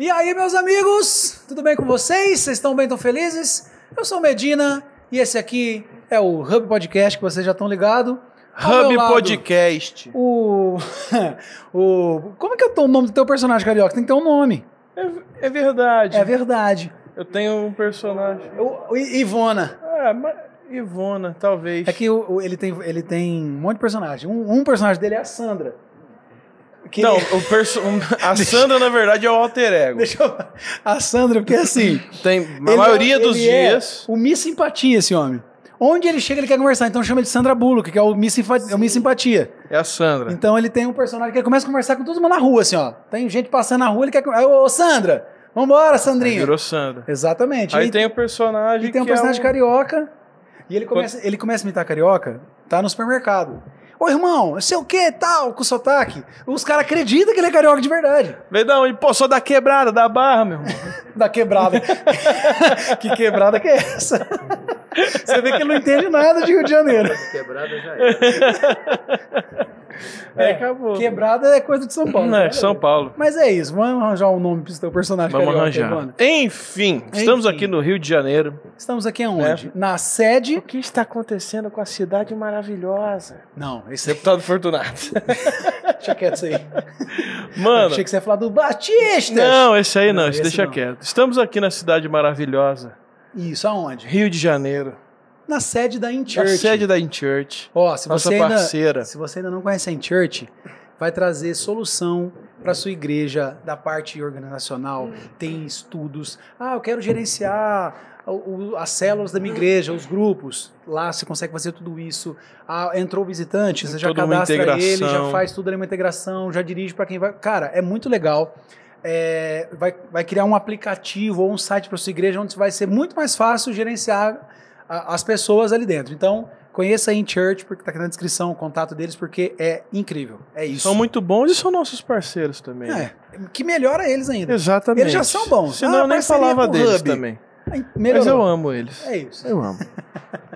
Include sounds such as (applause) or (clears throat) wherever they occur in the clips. E aí, meus amigos, tudo bem com vocês? Vocês estão bem, tão felizes? Eu sou o Medina e esse aqui é o Hub Podcast, que vocês já estão ligados. Hub Podcast. O. (laughs) o. Como é que é o nome do teu personagem carioca? Tem que ter um nome. É, é verdade. É verdade. Eu tenho um personagem. O, o I- Ivona. Ah, mas Ivona, talvez. É que o- o- ele, tem, ele tem um monte de personagem. Um, um personagem dele é a Sandra. Que- Não, o perso... um, a Sandra, na verdade, é o alter (laughs) ego. Deixa eu... A Sandra, porque assim. Tem, na ele- maioria dos ele é dias. o Miss Simpatia, esse homem. Onde ele chega, ele quer conversar. Então chama ele de Sandra Bullock, que é o Miss, Simpa- é o Miss Simpatia. É... a Sandra. Então ele tem um personagem que ele começa a conversar com todo mundo na rua, assim, ó. Tem gente passando na rua, ele quer. Aí, Ô, Sandra! Vambora, Aí Sandrinho! virou Sandra. Exatamente. Aí E- tem o personagem. E tem um que é personagem o- carioca. E ele começa, ele começa a imitar carioca, tá no supermercado. Ô irmão, não sei o que, tal, com sotaque. Os caras acreditam que ele é carioca de verdade. Vem da onde? Pô, só da quebrada, da barra, meu (laughs) irmão. Da quebrada. que quebrada que é essa? Você vê que ele não entende nada de Rio de Janeiro. Quebrada já É, era. Aí acabou. Quebrada é coisa de São Paulo. Não, é né? São Paulo. Mas é isso, vamos arranjar um nome pro seu personagem Vamos carioca, arranjar. Ivana. Enfim, estamos Enfim. aqui no Rio de Janeiro. Estamos aqui aonde? Na sede... que está acontecendo com a cidade maravilhosa? Não, esse é... Deputado Fortunato. (laughs) Deixa quieto isso aí. Mano, Achei que você ia falar do Batista. Não, esse aí não, Não, esse esse deixa não. quieto. Estamos aqui na cidade maravilhosa, Isso, aonde? Rio de Janeiro, Na sede da InChurch. a sede da InChurch, Ó, se nossa você, ainda, parceira. se você ainda não conhece a InChurch, vai trazer solução para sua igreja da parte organizacional. Tem estudos. Ah, eu quero gerenciar o- o- as células da minha igreja, os grupos. Lá você consegue fazer tudo isso. Ah, entrou visitante, você já Toda uma cadastra ele, já integração. faz tudo ali uma integração, já dirige para quem vai. Cara, é muito legal. É, vai, vai criar um aplicativo ou um site para sua igreja onde vai ser muito mais fácil gerenciar a- as pessoas ali dentro. Então, conheça a InChurch, porque está aqui na descrição o contato deles, porque é incrível. É isso. São muito bons e são nossos parceiros também. É, que melhora eles ainda. Exatamente. Eles já são bons. Senão Ah, eu nem parceria falava com o deles Hub. também. Aí, Mas eu Melhorou. (laughs) amo eles. É isso. Eu amo.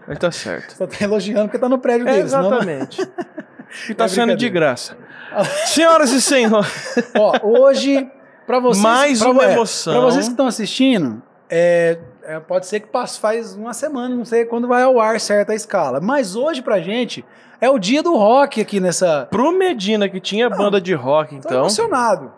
Mas tá certo. Só tá elogiando porque tá no prédio É, deles. não- (laughs) exatamente. E tá É sendo de graça. Senhoras e senhores, (laughs) Ó, hoje, pra vocês. mais pra, uma é, emoção. pra vocês que estão assistindo, é, é, pode ser que passe, faz uma semana, não sei quando vai ao ar certa a escala. Mas hoje, pra gente, é o dia do rock aqui nessa. Pro Medina, que tinha banda de rock, Tô então. emocionado.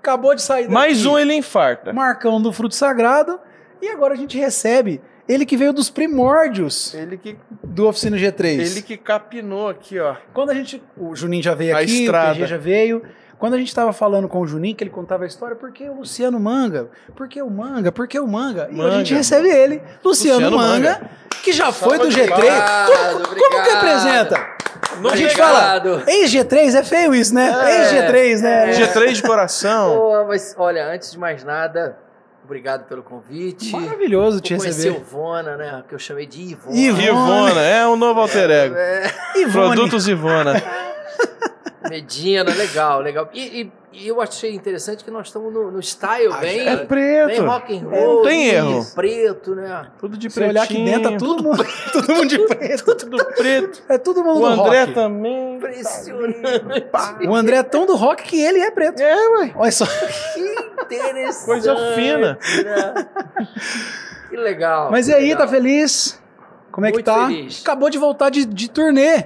Acabou de sair daqui, Mais um ele infarta. Marcão do Fruto Sagrado. E agora a gente recebe ele que veio dos primórdios Ele que, do Oficina G3. ele que capinou aqui, ó. Quando a gente. O Juninho já veio A aqui, o estrada. PG já veio. Quando a gente tava falando com o Juninho, que ele contava a história, por que o Luciano Manga? Por que o Manga? Por que o Manga? E a Manga. gente recebe ele, Luciano, Luciano Manga, que já foi do G3. Como, como que obrigado. apresenta? Não a gente Obrigado. fala, ex-G3 é feio isso, né? É. Ex-G3, né? G3 de É. coração. Boa, mas olha, antes de mais nada, obrigado pelo convite. Maravilhoso Por te conhecer receber. Ivona, né? Que eu chamei de Ivona. Ivona. Ivona, é um novo alter ego. É, Ivone. Produtos Ivona. Medina, legal, legal. E, e- e eu achei interessante que nós estamos no, no style bem, É bem preto. rock and É, roll. não tem bem erro. Tá Preto, né? Tudo de Se olhar aqui dentro, é todo mundo, (laughs) todo mundo de preto. tá tudo preto. É todo mundo do O André rock. também. Impressionante. O André é tão do rock que ele é preto. É, ué. Olha só. Que interessante. Coisa fina. né? (laughs) Que legal. Mas e que aí, legal. tá feliz? Como é que Muito tá? feliz. Acabou de voltar de, de turnê.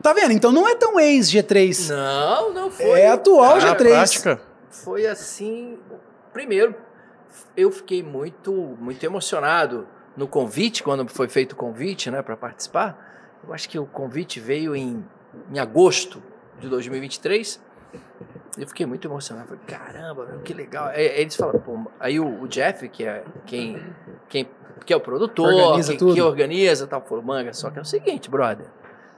Tá vendo? Então não é tão ex-G3. Não, não foi. É atual Cara, já Na três. prática, foi assim. Primeiro, eu fiquei muito, muito emocionado no convite, quando foi feito o convite, né, para participar. Eu acho que o convite veio em, em agosto de 2023. Eu fiquei muito emocionado. Falei, caramba, meu, que legal. Aí, aí eles falam, pô, aí o, o Jeff, que é quem, quem que é o produtor, Organiza que, tudo. que organiza e tal, falou, manga, só que é o seguinte, brother.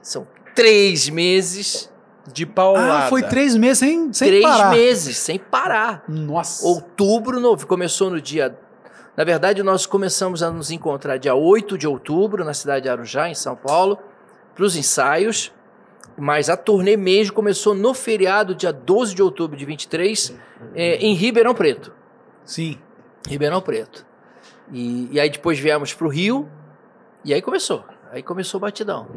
São três meses, de paulada. Ah, foi três meses sem, sem três parar. meses, sem parar. Nossa. Outubro, novo, começou no dia. Na verdade, nós começamos a nos encontrar dia 8 de outubro, na cidade de Arujá, em São Paulo, para os ensaios. Mas a turnê mesmo começou no feriado, dia 12 de outubro de 23, eh, em Ribeirão Preto. Sim. Ribeirão Preto. E, e aí depois viemos para o Rio, e aí começou. Aí começou o batidão.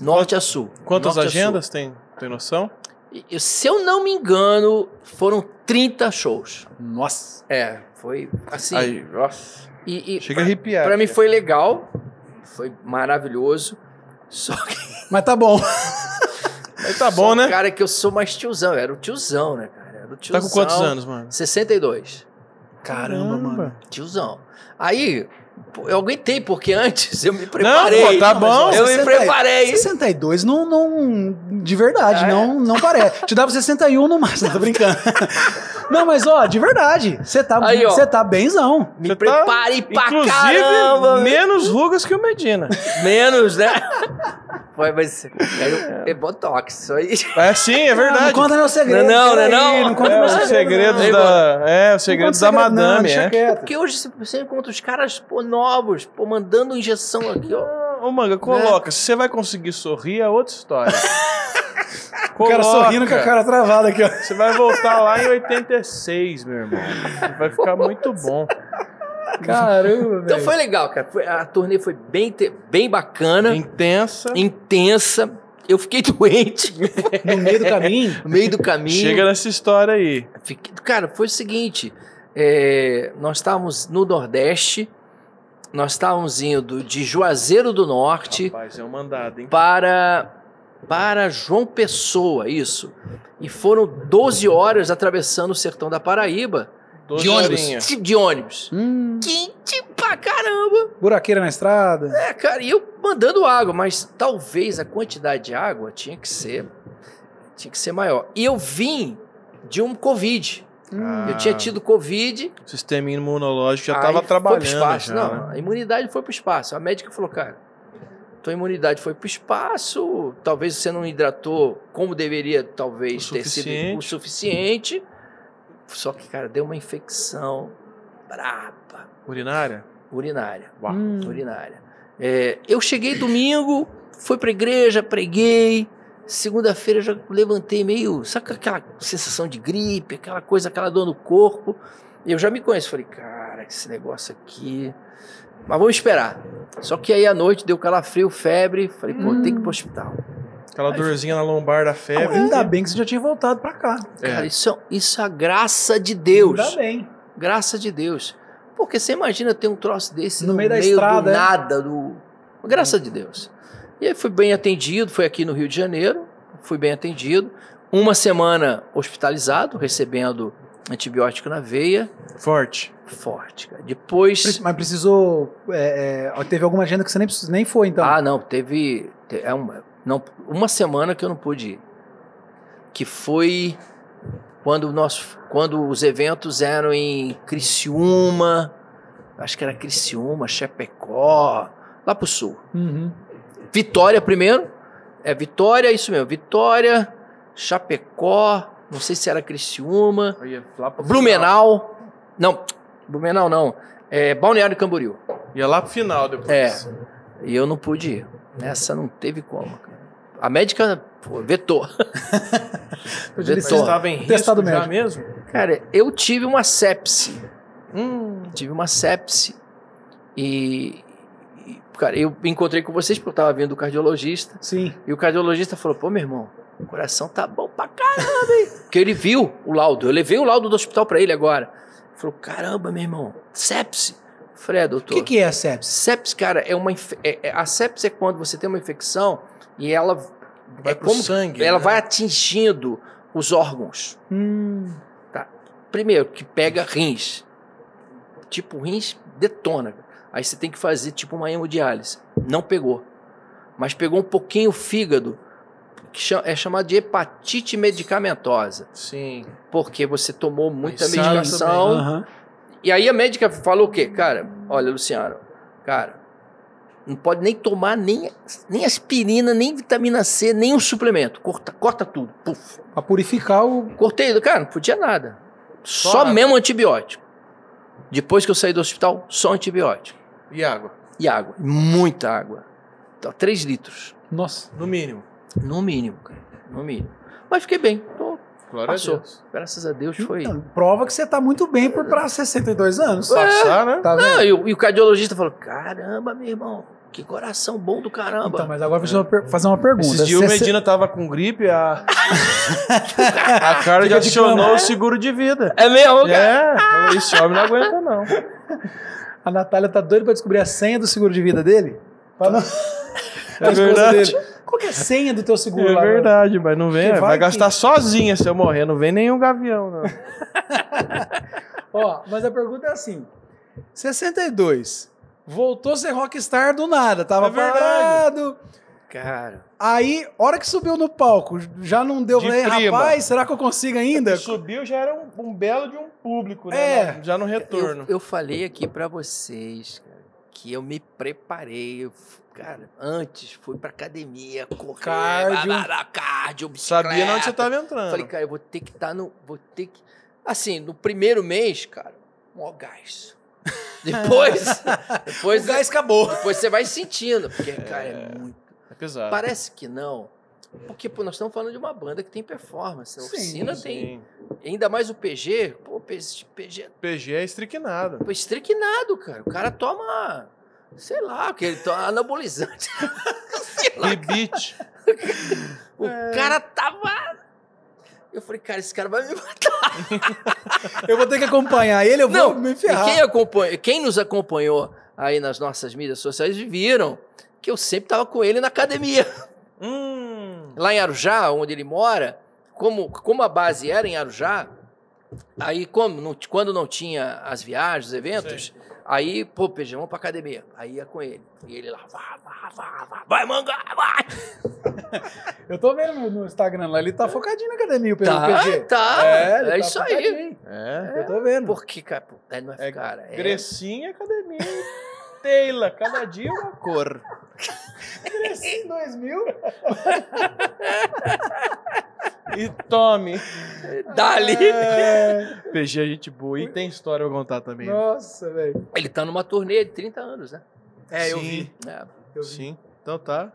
Norte a sul. Quantas norte a sul. agendas tem? Tem noção? E- e se eu não me engano, foram 30 shows. Nossa. É, foi assim. Aí, nossa. e, e Chega a arrepiar. pra mim cara. foi legal, foi maravilhoso. Só que Mas tá bom. Mas tá bom, só, um né? Cara, que eu sou mais tiozão. eu Era o tiozão, né, cara? Era o tiozão. Tá com quantos anos, mano? 62. Caramba, mano. Tiozão. Aí, pô, eu aguentei, porque antes eu me Não, preparei. pô, tá Não, bom. mas Eu me 60 preparei. 62 não, não de verdade, É. não, não parece. Te dava 61 no máximo, tô brincando. (laughs) não, mas ó, de verdade, você tá, Aí, ó. você tá benzão. Me Você tá- preparei pra Inclusive, caramba. menos rugas que (laughs) o Medina. Menos, (laughs) né? Foi, mas é, é botox, isso aí. (laughs) É sim, é Ah, Não verdade. conta meu segredo. Não, não, peraí, não. não conta é, meu os segredo. segredos não. Ei, da. É, os Não conta segredos da segredo, não, madame, deixa é. quieto. Porque hoje você- você encontra os caras, pô, novos, pô, mandando injeção aqui, ó. Ô, ô, Manga, Né? coloca. Se você vai conseguir sorrir, é outra (laughs) história. O cara sorrindo com a cara travada aqui, ó. Você vai voltar lá em 86, meu irmão. Vai ficar muito bom. Caramba, Então foi legal, cara. Foi- a turnê foi bem, te- bem bacana, Intensa. intensa. Eu fiquei (laughs) doente No meio do caminho, no meio do caminho. Chega nessa história aí. Fiquei- cara, foi o seguinte: é, nós estávamos no Nordeste, nós estávamos indo de Juazeiro do Norte Rapaz, é um mandado, hein? para para João Pessoa, isso. E foram 12 horas atravessando o sertão da Paraíba Doze de ônibus, horinhas. de ônibus. hum, Quente pra caramba. buraqueira na estrada. É, cara, e eu mandando água, mas talvez a quantidade de água tinha que ser tinha que ser maior. E eu vim de um Covid. Hum. Eu tinha tido Covid, O sistema Ah, imunológico já Aí Ah. tava foi pro trabalhando. espaço. já, não, né? a imunidade foi pro espaço. A médica falou, cara, tua imunidade foi pro espaço, talvez você não hidratou como deveria, talvez, O ter sido o suficiente. suficiente. Só que, cara, deu uma infecção braba, Urinária? urinária, Uau. Hum. urinária. É, eu cheguei domingo, fui pra igreja, preguei. Segunda-feira eu já levantei meio, sabe com aquela sensação de gripe, aquela coisa, aquela dor no corpo. E eu já me conheço, falei, cara, esse negócio aqui. Mas vamos esperar. Só que aí à noite deu calafrio, febre, falei, pô, tem que ir pro hospital. Aquela dorzinha na lombar da febre. É, Ainda bem que você já tinha voltado pra cá. É. Cara, isso é, isso é a graça de Deus. Ainda bem. Graça de Deus. Porque você imagina ter um troço desse No meio da estrada, do é? nada, do. Graça de Deus. E aí fui bem atendido, foi aqui no Rio de Janeiro, fui bem atendido. Uma semana hospitalizado, recebendo antibiótico na veia, Forte. forte. Cara. Depois. Pre- Mas precisou. é, é, teve alguma agenda que você nem, precis- nem foi, então. Ah, não, teve. te- É uma, não, uma semana que eu não pude ir. Que foi quando, nós, quando os eventos eram em Criciúma, acho que era Criciúma, Chapecó, lá pro sul. Uhum. Vitória primeiro. É Vitória, isso mesmo. Vitória, Chapecó, não sei se era Criciúma, Blumenau. Não, Blumenau não. É Balneário Camboriú. Ia lá pro final depois. É. E eu não pude ir. Essa não teve como, cara. A médica pô, vetou. Eu tá, diria Mas Tô. estava em risco Testado já médico. mesmo? Cara, eu tive uma sepse. Hum. Tive uma sepse. E, e, cara, eu me encontrei com vocês porque eu tava vindo do cardiologista. Sim. E o cardiologista falou: pô, meu irmão, o coração tá bom pra caramba, hein? Porque ele viu o laudo. Eu levei o laudo do hospital pra ele agora. Ele Falou: caramba, meu irmão, sepse. Eu Falei, é, O doutor. que, que é a sepsis? Sepse, cara, é uma. inf- é- é- a sepse é quando você tem uma infecção e ela. Vai é pro como- sangue. ela né? vai atingindo os órgãos. Hum, Primeiro, que pega rins. Tipo, rins detona. Aí você tem que fazer tipo uma hemodiálise. Não pegou. Mas pegou um pouquinho o fígado, que cha- é chamado de hepatite medicamentosa. Sim. Porque você tomou muita Mas sabe né? medicação. aham. E aí a médica falou o quê? Cara, olha, Luciano, cara, não pode nem tomar nem, nem aspirina, nem vitamina C, nem um suplemento. Corta, corta tudo. Puf. Pra purificar o. Cortei, cara, não podia nada. Só, Só água. mesmo antibiótico. Depois que eu saí do hospital, só antibiótico. E água, E água. Muita água. Então, 3 litros. Nossa. no mínimo. No mínimo, cara. No mínimo. Mas fiquei bem. Tô- Glória Passou. a Deus. graças a Deus foi. Então, prova que você tá muito bem por pra 62 anos. Passar, né? Tá vendo? Ah, Não, e, o- e o cardiologista falou: caramba, meu irmão, Que coração bom do caramba. Então, mas agora deixa eu per- fazer uma pergunta. Esses dias o Você- você- Medina tava com gripe, (laughs) a, a cara já Fica de cama, acionou né? o seguro de vida. É mesmo, cara? É, falou, esse homem não aguenta (laughs) não. É A Natália tá doida pra descobrir a senha do seguro de vida dele? Pra não- (laughs) da É esposa verdade. dele. Qual que é a senha do teu seguro É lá? verdade, mas não vem. é, Que Vai, vai que- gastar sozinha se eu morrer. Não vem nenhum gavião, (laughs) não. Ó, mas a pergunta é assim: 62. Voltou a ser rockstar do nada, tava É verdade. parado. Cara. Aí, hora que subiu no palco, já não deu. De Falei, prima. rapaz, será que eu consigo ainda? Subiu já era um, um belo de um público, É. né? Já no retorno. Eu, eu falei aqui pra vocês, cara, que eu me preparei. eu f- cara, antes fui pra academia, correr, Cardio. barará, cardio bicicleta. Sabia onde você tava entrando. Falei, cara, eu vou ter que estar no. Vou ter que. Assim, no primeiro mês, cara, mó (laughs) gás. Depois. depois, Um o gás acabou. depois você vai sentindo. Porque, cara, é muito. é pesado. Parece que não. Porque, pô, nós estamos falando de uma banda que tem performance. A Sim, oficina tem. Sim. Ainda mais o PG. Pô, o PG, PG PG é estriquinado. é estriquinado, cara. O cara toma. Sei lá, que ele toma (laughs) anabolizante. (laughs) Bibite. O cara tava. Eu falei, cara, esse cara vai me Eu vou ter que acompanhar ele, eu vou Não, me E ferrar. quem, é acompanha- quem nos acompanhou aí nas nossas mídias sociais viram que eu sempre estava com ele na academia. Hum. Lá em Arujá, onde ele mora, como, como a base era em Arujá, aí como não- quando não tinha as viagens, os eventos, aí, pô, PG, vamos pra academia. Aí ia com ele. E ele lá, vá, vá, vá, vá, vai, manga, vai! Eu tô vendo no- no Instagram lá, ele tá focadinho na academia, o Pedro Tá, PG. tá, É, ele é, tá isso aí. focadinho. É. Eu tô vendo. Porque, cara, pô, é, não é, É cara, é- Grecinha, academia. Teila, cada dia uma cor. Cresci em 2000. E tome. dali. É, PG é gente boa. E tem história pra contar também. né? Nossa, velho. Ele tá numa turnê de 30 anos, né? É, eu Sim, vi. É, Eu vi. Sim. Então tá.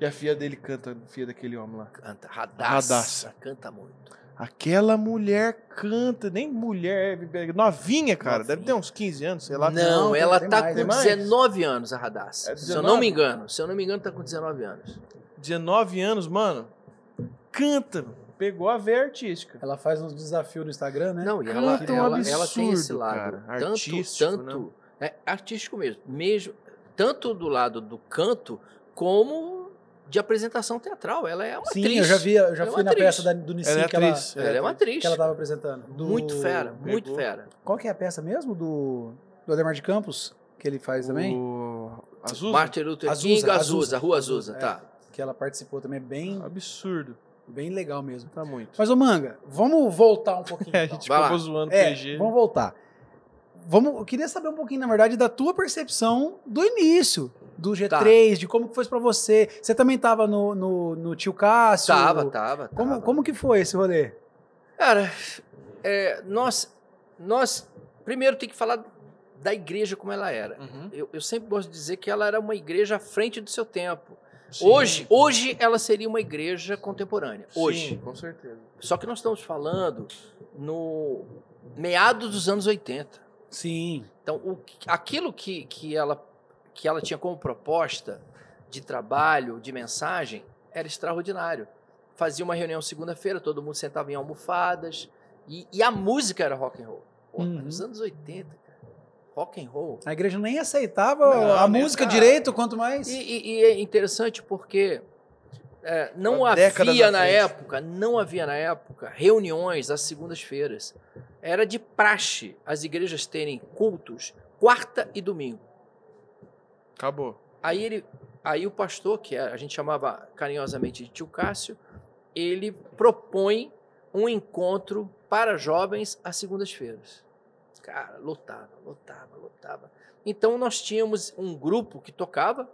E a filha dele canta, a filha daquele homem lá. Canta, radaça. Radaça. Canta muito. Aquela mulher canta, nem mulher, é novinha, cara, Novinha. deve ter uns 15 anos, sei lá. não, tem- ela tem tá mais, com tem mais? 19 anos, a Radassa. É se eu não 19? me engano. Se eu não me engano, tá com 19 anos. 19 anos, mano. Canta, pegou a veia artística. Ela faz uns desafios no Instagram, né? Não, é e Canta ela, um ela, ela tem esse absurdo, lado. cara. Tanto, Artístico, tanto. é, artístico mesmo. Mesmo. Tanto do lado do canto, como de apresentação teatral. Ela é uma Sim, atriz. eu já vi, eu já Ela é fui uma na atriz. peça da, do Nissin Ela é que, ela, atriz. Ela é uma atriz. que ela tava apresentando. do- Muito fera, muito Pegou. fera. Qual que é a peça mesmo do, do Ademar de Campos? Que ele faz também? O... Azul? Martin Luther Azusa, King, Azusa, Azusa, Rua Azusa, Azusa, é. tá. Que ela participou também, é bem, Absurdo, bem legal mesmo. tá muito. Mas, ô Manga, vamos voltar um pouquinho. (laughs) É, a então. gente Vai lá. ficou zoando É, PG. vamos voltar. Vamos, eu queria saber um pouquinho, na verdade, da tua percepção do início do G3, Tá. de como que foi pra você. Você também tava no, no, no Tio Cássio? Tava, tava, Como, tava. como que foi esse rolê? Cara, é, nós, nós primeiro tem que falar da igreja como ela era. Uhum. Eu, eu sempre gosto de dizer que ela era uma igreja à frente do seu tempo. Sim. Hoje, hoje ela seria uma igreja contemporânea. Sim, Hoje. com certeza. Só que nós estamos falando no meados dos anos 80. Sim. Então, o, que- aquilo que, que, ela, que ela tinha como proposta de trabalho, de mensagem, era extraordinário. Fazia uma reunião segunda-feira, todo mundo sentava em almofadas, e, e a música era rock and roll. Pô, Uhum. Nos anos 80, cara, rock and roll. A igreja nem aceitava Não, a né, música cara? direito, quanto mais. tá. E, e- e é interessante porque é, não Uma década havia na na frente. época, não havia na época reuniões às segundas-feiras. Era de praxe as igrejas terem cultos quarta e domingo. Acabou. Aí ele, aí o pastor, que é, a gente chamava carinhosamente de tio Cássio, ele propõe um encontro para jovens às segundas-feiras. Cara, lotava, lotava, lotava. Então nós tínhamos um grupo que tocava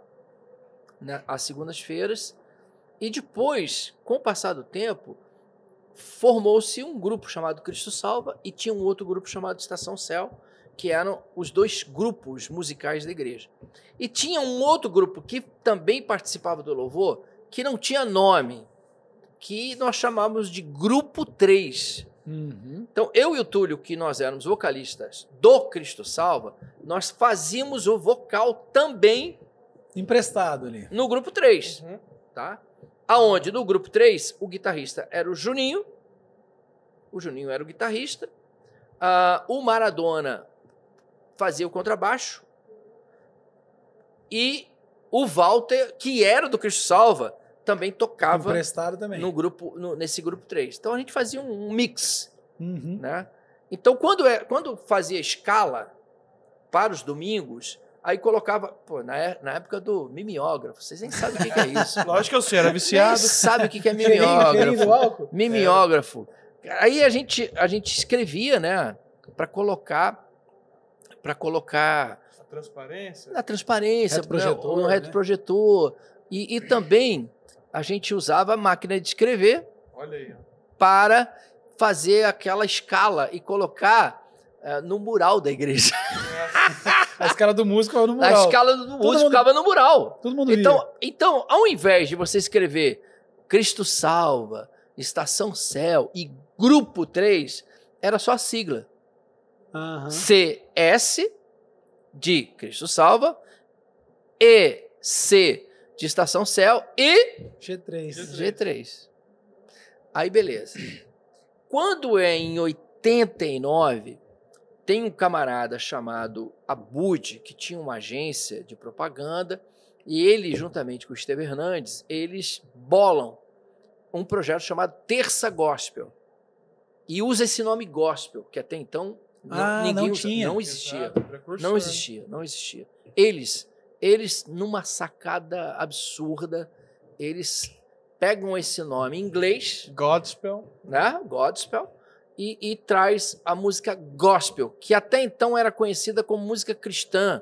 né, às segundas-feiras e depois, com o passar do tempo, formou-se um grupo chamado Cristo Salva e tinha um outro grupo chamado Estação Céu, que eram os dois grupos musicais da igreja. E tinha um outro grupo que também participava do louvor, que não tinha nome, que nós chamávamos de Grupo 3. Uhum. Então, eu e o Túlio, que nós éramos vocalistas do Cristo Salva, nós fazíamos o vocal também Emprestado ali. no grupo 3, Uhum. tá? Aonde no grupo 3 o guitarrista era o Juninho, o Juninho era o guitarrista, ah, o Maradona fazia o contrabaixo e o Walter, que era do Cristo Salva, também tocava Emprestado também. no grupo no- nesse grupo 3. Então a gente fazia um mix Uhum. né? Então, quando, é, quando fazia escala para os domingos, aí colocava, pô, na, é- na época do mimeógrafo, vocês nem sabem o que, que é isso. (laughs) Lógico que eu sei, era Nem viciado. sabe o que, (laughs) que é Cheirinho, cheirinho mimeógrafo. do álcool? Mimeógrafo. Aí a gente, a gente escrevia, né, para colocar para colocar A transparência. na transparência, Retroprojetor, né, no né? retroprojetor. E, e também a gente usava a máquina de escrever Olha aí. ó. para fazer aquela escala e colocar eh, no mural da igreja. (laughs) A escala do músico é era no A mural. escala do músico mundo- ficava no mural. Todo mundo lia. Então, então, ao invés de você escrever Cristo Salva, Estação Céu e Grupo 3, era só a sigla. Aham. CS de Cristo Salva, EC de Estação Céu e G3. G3. Aí, beleza. (clears throat) Quando é em 89, tem um camarada chamado Abud, que tinha uma agência de propaganda, e ele, juntamente com o Esteve Hernandes, eles bolam um projeto chamado Terça Gospel. E usa esse nome gospel, que até então não- Ah, ninguém não usa- tinha. não existia. Exato, precursor. Não existia, não existia. Eles, eles numa sacada absurda, eles pegam esse nome em inglês, Godspell. né, gospel, e, e traz a música gospel, que até então era conhecida como música cristã,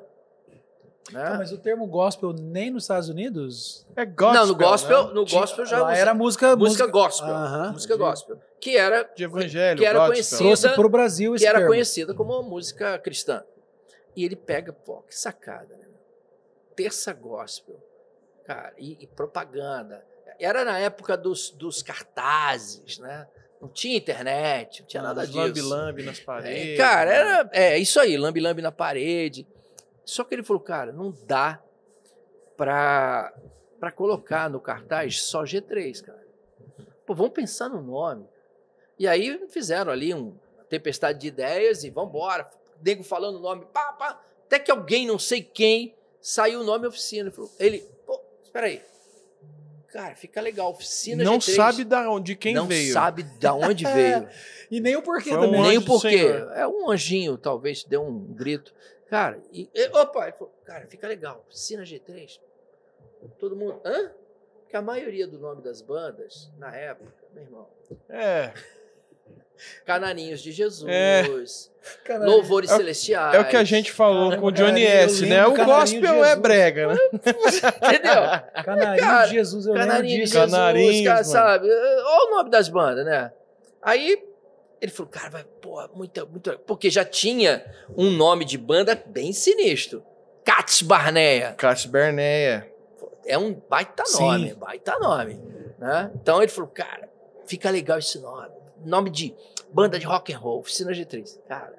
Ah, né? mas o termo gospel nem nos Estados Unidos? É gospel. não, no gospel, né? no gospel já Lá usa- era música... música gospel, Aham. música Entendi. gospel, que era De evangelho. Que era gospel. conhecido. Trouxe pro Brasil esse que era termo. conhecida como uma música cristã. E ele pega, pô, que sacada, né? Terça gospel, cara, e, e propaganda. Era na época dos, dos cartazes, né? Não tinha internet, não tinha nada Os disso. Lambe-lambe nas paredes. É, cara, era é, isso aí, lambe-lambe na parede. Só que ele falou, cara, não dá pra, pra colocar no cartaz só G3, cara. Pô, vamos pensar no nome. E aí fizeram ali um- uma tempestade de ideias e vambora. Nego falando o nome, pá, pá. Até que alguém, não sei quem, saiu o nome oficina. Ele, falou, ele pô, espera aí. Cara, fica legal, oficina Não G3. sabe da onde, de quem não veio. sabe da onde veio. E nem o porquê Foi um também. né? anjo Nem o do porquê. Senhor. É um anjinho, talvez, deu um grito. Cara, e, e- opa, ele falou, cara, fica legal. Oficina G3. Todo mundo, hã? Porque a maioria do nome das bandas, na época, meu irmão, É. Canarinhos de Jesus, É. Caralho. Louvores É o- Celestiais. É o que a gente falou Cara, com o Johnny cara, eu S, lembro né? do O Canarinho de gospel Jesus. é brega, Hum? né? (laughs) Entendeu? Canarinho Cara, de Jesus, eu lembro Canarinhos de disso. Jesus, Canarinhos, cara, mano. sabe? Olha o nome das bandas, né? Aí ele falou, cara, vai, pô, muita, muita. Porque já tinha um nome de banda bem sinistro. Cats Barneia. Cássio Berneia. é um baita Sim. nome, baita nome. Né? Então ele falou, cara, fica legal esse nome. Nome de banda de rock and roll, oficina G3. Cara,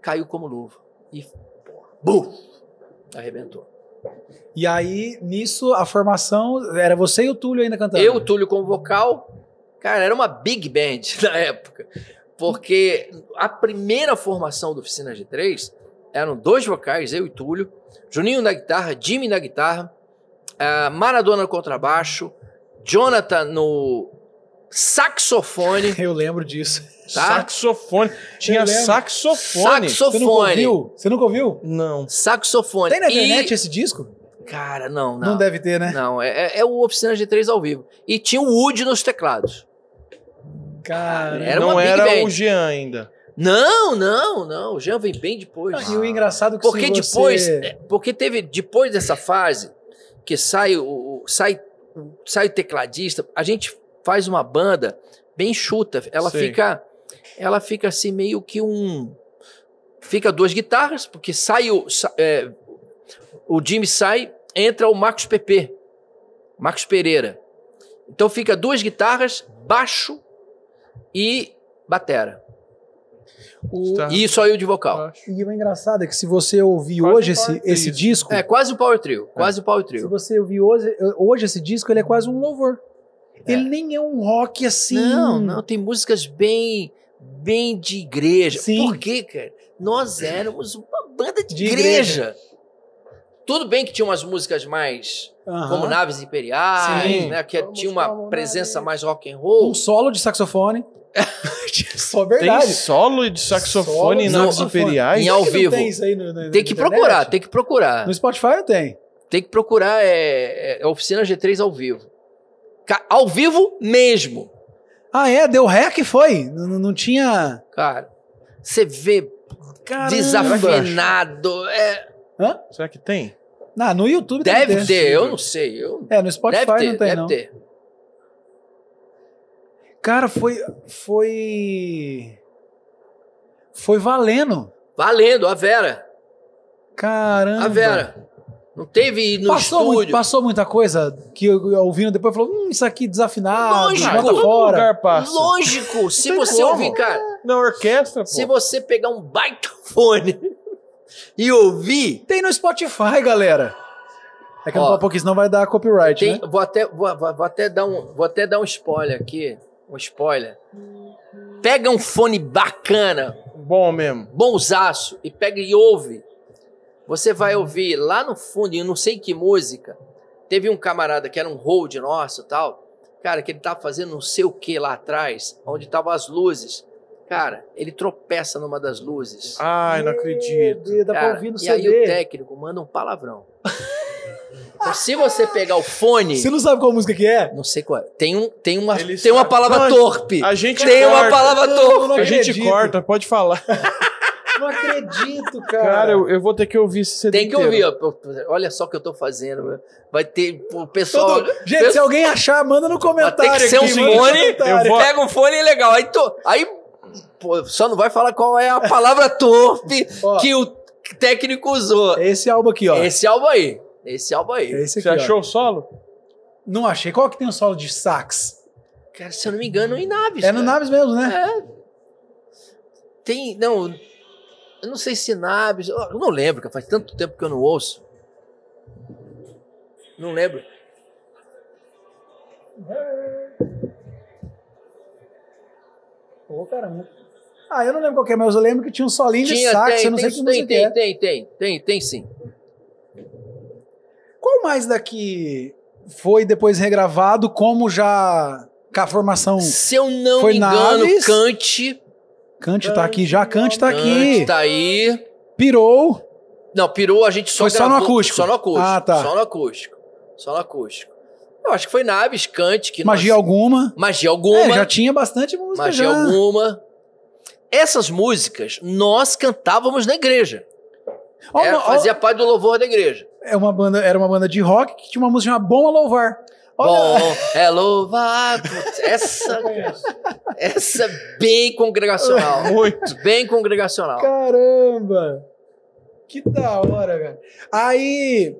caiu como luva. E, pô, bum! Arrebentou. E aí, nisso, a formação era você e o Túlio ainda cantando. Eu, Túlio, como vocal, cara, era uma big band (laughs) na época. Porque a primeira formação do Oficina G3 eram dois vocais, eu e Túlio, Juninho na guitarra, Jimmy na guitarra, ah, Maradona no contrabaixo, Jonathan no saxofone, (laughs) Eu lembro disso. tá? Saxofone. Tinha lembro. saxofone. Você nunca Saxofone. ouviu? Você nunca ouviu? Não. Saxofone. Tem na E- internet esse disco? Cara, não, Não. não. deve ter, né? Não, é, é- é o Oficina G3 ao vivo. E tinha o Woody nos teclados. Cara. Era não uma big era band. o Jean ainda. Não, não, não. O Jean vem bem depois. E o engraçado é que Porque se você... depois, é, porque teve depois dessa fase que sai o, o- sai sai o tecladista, a gente faz uma banda bem chuta, ela Sei. fica ela fica assim meio que um fica duas guitarras, porque sai o sa- é, o Jimmy sai, entra o Marcos PP. Marcos Pereira. Então fica duas guitarras, baixo e batera. O- Tá. E só eu de vocal. eu acho. E o engraçado é que se você ouvir Quase hoje um esse, power trio. esse disco, É quase o Power Trio, quase o Power se Trio. você ouvir hoje, eh, hoje esse disco, ele é quase um louvor. É. Ele nem é um rock assim. Não, não, tem músicas bem bem de igreja. Sim. Por quê, cara? Nós éramos uma banda de, De igreja. Tudo bem que tinha umas músicas mais Aham. como Naves Imperiais, Sim. né, que Vamos tinha como uma naves. presença mais rock and Um roll. solo de (laughs) saxofone. Só Tem verdade. solo de saxofone em Solo de naves saxofone. imperiais? Em ao Por que vivo. Não tem isso aí no- no- Tem na que internet? procurar, tem que procurar. No Spotify não tem. Tem que procurar é, é, Oficina G3 ao vivo. Ca- Ao vivo mesmo, Ah, é? Deu hack foi? Não, não- não tinha. cara. Você vê Caramba. desafinado. é, Hã? Será que tem? Ah, no YouTube deve, deve ter, eu não sei. Eu, É, no Spotify deve ter, não tem, deve não. ter. Cara, foi. Foi. Foi valendo. Valendo, a Vera. Caramba. A Vera. Não teve ir no passou, estúdio. muito- passou muita coisa que eu, eu ouvindo depois falou: hum, isso aqui desafinado, Lógico. bota fora. Todo Ah, tá lugar passa. Lógico, se tem você como. ouvir, cara, Na orquestra, pô. se você pegar um baita fone (laughs) e ouvir, Tem no Spotify, galera. É que Ó. não porque senão vai dar copyright, Tem- né? vou, até, vou, vou- vou até dar um, vou até dar um spoiler aqui. Um spoiler. Pega um fone bacana, Bom mesmo. bonzaço, e pega e ouve. Você vai Uhum. ouvir lá no fundo, eu não sei que música. Teve um camarada que era um hold nosso e tal. Cara, que ele tava fazendo não sei o que lá atrás, onde estavam as luzes. Cara, ele tropeça numa das luzes. Ai, não acredito. Ah, Dá pra Cara, ouvir no e aí o CD. técnico manda (laughs) um palavrão. Então, se você pegar o fone. Você não sabe qual música que é? Não sei qual é. Tem, um, tem, uma, Ele tem uma sabe. palavra Não, a gente- torpe. A gente tem corta. uma palavra torpe. não A gente acredito. corta, pode falar. Não acredito, cara. Cara, eu, eu vou ter que ouvir esse CD Tem que ouvir. ó. Pô, Olha só o que eu tô fazendo. meu. Vai ter o pessoal. Todo- Gente, se alguém achar, manda no comentário. Mas tem que aqui, ser um manda no fone, comentário. eu vou- Pega um fone e é legal. Aí, tô, aí pô, só não vai falar qual é a (laughs) palavra torpe Ó. que o técnico usou. É Esse álbum aqui, ó. É Esse álbum aí. Esse álbum aí. Esse aqui, Você ó. achou o solo? Não achei. Qual que tem um solo de sax? Cara, se eu não me engano, em naves. É no cara. É. Naves mesmo, né? Tem. Não. Eu não sei se naves. Eu não lembro, cara. Faz tanto tempo que eu não ouço. Não lembro. Pô, caramba. Ah, eu não lembro qual que é, mas eu lembro que tinha um solinho de Tinha, sax, tem, eu não sei tem, que tem, música que tem, é. tem, tem, tem, tem sim. Qual mais daqui foi depois regravado, como já com a formação... Se eu não Hum. Foi me engano, Naves? Kant, Cante tá aqui já, Cante tá aqui. Kant tá aí. Pirou. Não, pirou, a gente só Foi só gravou- no acústico. Só no acústico. Ah, tá. Só no acústico. Só no acústico. Eu acho que foi Naves, Kant, que Magia nós- alguma. É, Magia alguma. já tinha bastante música magia já. alguma. Essas músicas nós cantávamos na igreja. Ó, Era- uma- ó, É, fazia parte do louvor da igreja. é uma banda, era uma banda de rock que tinha uma música chamada Bom a Louvar. Olha, Bom, é louvado. Essa, essa é bem (laughs) congregacional. Muito. Bem congregacional. Caramba! Que da hora, cara. Aí.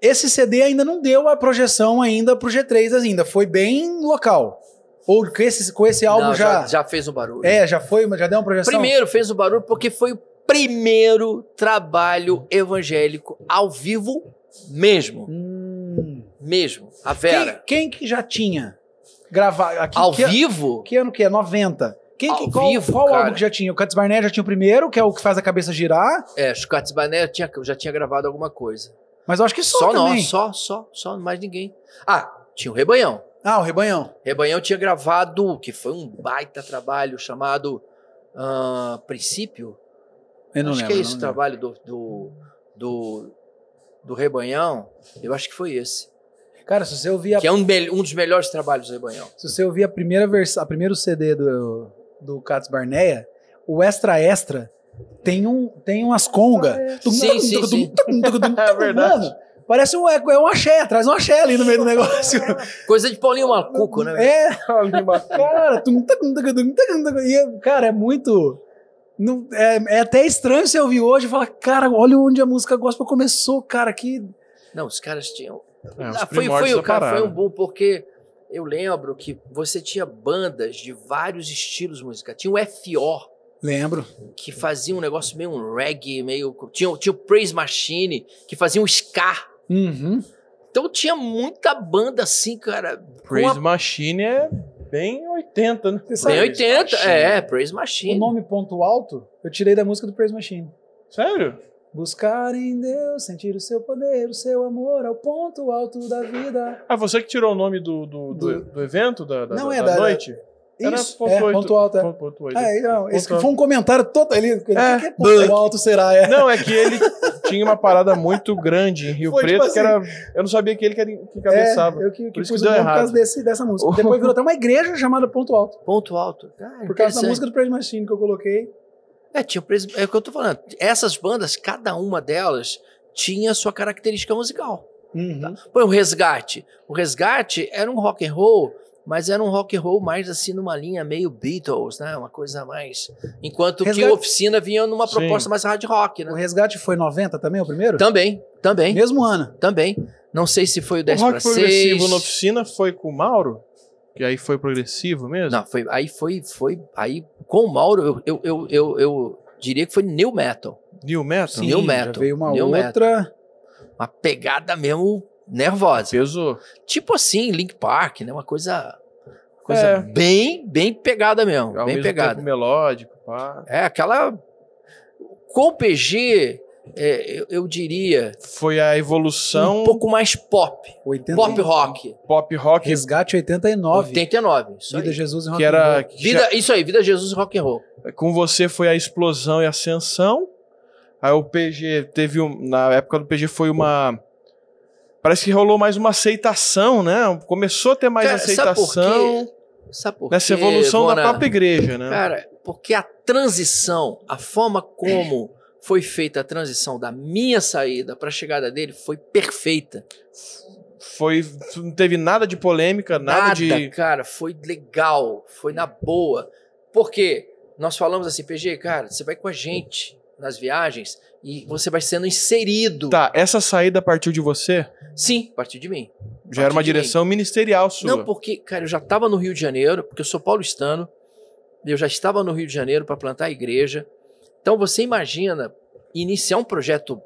Esse CD ainda não deu a projeção ainda pro G3 ainda. Foi bem local. Ou com esse, com esse álbum Não, já, já fez o barulho. É, já foi, já deu uma projeção. Primeiro fez o barulho porque foi o primeiro trabalho evangélico ao vivo mesmo, Hum. mesmo. A Quem, Vera quem que já tinha gravado aqui? ao que, vivo? Que ano que é? 90. Quem que, Ao qual vivo, qual cara. álbum que já tinha? O Cuts Barnett já tinha o primeiro, que é o que faz a cabeça girar. É, Scott's Bané tinha, já tinha gravado alguma coisa. Mas eu acho que só, Só, também. nós, só, só, só, mais ninguém. Ah, tinha o Rebanhão. Ah, o Rebanhão. Rebanhão tinha gravado, que foi um baita trabalho chamado ah, Princípio. Eu não acho lembro. que é não esse o lembro. trabalho do, do, do, do Rebanhão. Eu acho que foi esse. Cara, se você ouvir a Que é um, mel- um dos melhores trabalhos do Rebanhão. Se você ouvir a primeira versão, a primeiro CD do do Cats Barneia, o extra extra tem um tem umas conga. Tum, Ah, é. Sim, sim, sim. tum, tum, tum, (laughs) tum, É verdade. mano, Parece um é é um axé, traz um axé ali no meio do (laughs) negócio. Coisa de Paulinho Macuco, né? É, cara, tum, tum, tum, tum, tum, tum, tum, e é- cara, é muito não- é, é até estranho você ouvir hoje e falar, cara, olha onde a música gospel começou, cara, que Não, os caras tinham. É, os Ah, foi, primórdios foi, da o cara, foi parada. um boom, porque eu lembro que você tinha bandas de vários estilos musicais. Tinha o F.O., Lembro. que fazia um negócio meio um reggae, meio. Tinha, tinha o Praise Machine, que fazia um ska. Uhum. Então tinha muita banda assim, cara. Praise com a... Machine é bem 80, né? Você sabe- Bem 80, é, Praise O Machine. nome ponto alto eu tirei da música do Praise Machine. Sério? Buscar em Deus, sentir o seu poder, o seu amor é o ponto alto da vida. Ah, você que tirou o nome do, do, do, do evento, da, da, Não, da, é da da- noite? Era Isso, ponto é, oito. ponto alto. É. Ponto- ponto oito. Ah, é, não, esse Ponto alto. foi um comentário totalista. Ele, É. O que, que é ponto alto será? É. Não, é que ele tinha uma parada muito grande em Rio Foi, Preto, tipo que era. Eu não sabia que ele que era- que cabeçava. É, eu que, que Por isso pus que o nome deu por causa errado. desse, dessa música. Depois virou até uma igreja chamada Ponto Alto. Ponto alto. Ah, Por causa da interessante. música do Praise Machine que eu coloquei. É, tinha o Praise- É o que eu tô falando. Essas bandas, cada uma delas tinha sua característica musical. Uhum. Põe o resgate. O resgate era um rock and roll, mas era um rock and roll mais assim numa linha meio Beatles, né? Uma coisa mais. Enquanto Resgate- que oficina vinha numa Sim. proposta mais hard rock, O né? Resgate foi 90 também, o primeiro? Também, também, Mesmo ano. também. Não sei se foi o 10 o para rock progressivo na 6. oficina foi com o Mauro? Que aí foi progressivo mesmo? Não, foi, aí foi, foi, aí com o Mauro, eu, eu, eu, eu, eu diria que foi new metal, New Metal? Sim. New já Metal, veio uma New Metal. outra. uma pegada mesmo nervosa. Pesou. Tipo assim, Link Park, né? Uma coisa, coisa É. bem, bem pegada mesmo, Ao bem mesmo tá pegada. tempo melódico, pá. É, aquela. Com o PG, é, eu, eu diria, Foi a evolução um pouco mais pop. 80, Pop rock. pop rock Resgate 89. 89. Isso Vida aí. Jesus em que era. que já- Vida, isso aí, Vida Jesus e Rock and Roll. com você foi a explosão e a ascensão. Aí o PG teve um, na época do PG foi uma parece que rolou mais uma aceitação, né? Começou a ter mais Cara, aceitação Sabe por quê? Sabe por nessa quê, evolução da Bona? própria igreja, né? Cara, porque a transição, a (clears throat) forma como foi feita a transição da minha saída para a chegada dele foi perfeita. Foi não teve nada de polêmica, nada, de cara, foi legal, foi na boa. Porque nós falamos assim, PG, cara, você vai com a gente nas viagens e você vai sendo inserido. Tá, essa saída partiu de você? Sim, a partir de mim. Já era uma Partiu de direção ministerial sua. Não, porque, cara, eu já estava no Rio de Janeiro, porque eu sou paulistano, eu já estava no Rio de Janeiro para plantar a igreja. Então você imagina iniciar um projeto,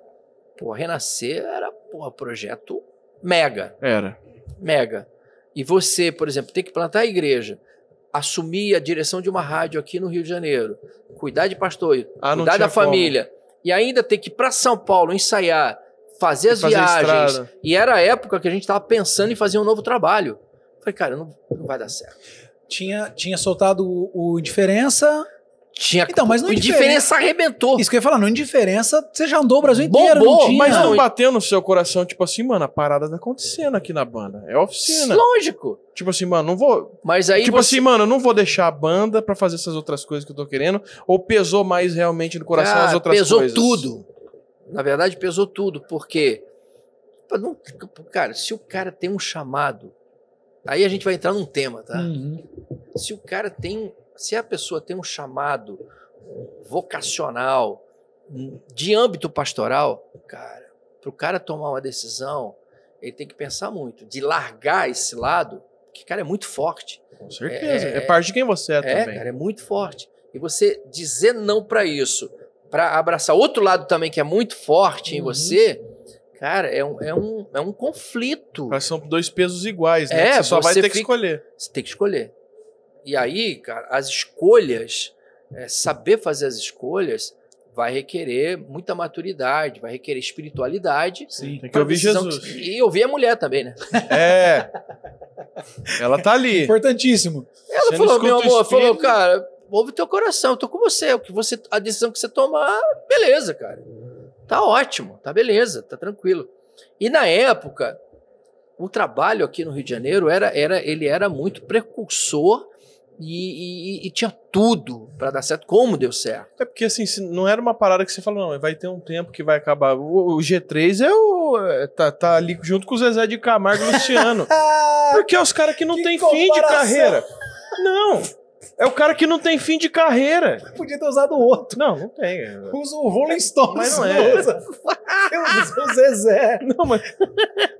pô, renascer era, pô, projeto mega. Era. mega. E você, por exemplo, tem que plantar a igreja, assumir a direção de uma rádio aqui no Rio de Janeiro, cuidar de pastor, Ah, não cuidar tinha da família, e ainda ter que ir para São Paulo ensaiar, fazer como as fazer viagens. estrada. E era a época que a gente estava pensando em fazer um novo trabalho. Falei, cara, não, não vai dar certo. Tinha, tinha soltado o, o Indiferença. Tinha Então, mas no É, é o Indiferença- indiferença arrebentou. Isso que eu ia falar, no Indiferença, você já andou o Brasil inteiro, Bombou, não tinha. Mas Não, não é e- bateu no seu coração, tipo assim, mano, a parada tá acontecendo aqui na banda. É oficina. Lógico. Tipo assim, mano, não vou. Mas aí tipo você... assim, mano, eu não vou deixar a banda pra fazer essas outras coisas que eu tô querendo. Ou pesou mais realmente no coração Cara, as outras Ah, pesou coisas? tudo. Na verdade, pesou tudo, porque. pô, não- Cara, se o cara tem um chamado. Aí a gente vai entrar num tema, tá? Uhum. Se o cara tem. Se a pessoa tem um chamado vocacional, hum, de âmbito pastoral, cara, para o cara tomar uma decisão, ele tem que pensar muito. De largar esse lado, que, cara, é muito forte. Com certeza. É, É, parte de quem você é, É, também. cara, é muito forte. E você dizer não pra isso, pra abraçar outro lado também que é muito forte em Uhum. você, cara, é um, é um, é um conflito. Mas são dois pesos iguais, né? É, Que você só vai você ter que fica- escolher. Você tem que escolher. E aí, cara, as escolhas, é, saber fazer as escolhas, vai requerer muita maturidade, vai requerer espiritualidade. Sim. Tem que pra ouvir decisão Jesus. que- E ouvir a mulher também, né? É. Ela tá ali. Importantíssimo. Ela Você não falou, escuta meu o amor, espírito? falou, cara, ouve o teu coração, eu tô com você. O que você. A decisão que você tomar, beleza, cara. Tá ótimo, tá beleza, tá tranquilo. E na época, o trabalho aqui no Rio de Janeiro era, era ele era muito precursor e, e- e- e tinha tudo pra dar certo, como deu certo. É porque assim, se- não era uma parada que você falou, não, vai ter um tempo que vai acabar. O, o G3 é o. é, Tá, tá ali junto com o Zezé de Camargo e o (laughs) Luciano. Ah, Porque é os caras que não Que tem fim de comparação. carreira. Não. É o cara que não tem fim de carreira. podia ter usado o outro. Não, não tem. (laughs) Usa o Rolling Stones. Mas não é. usa. Deus, eu sou o Zezé. Não, mas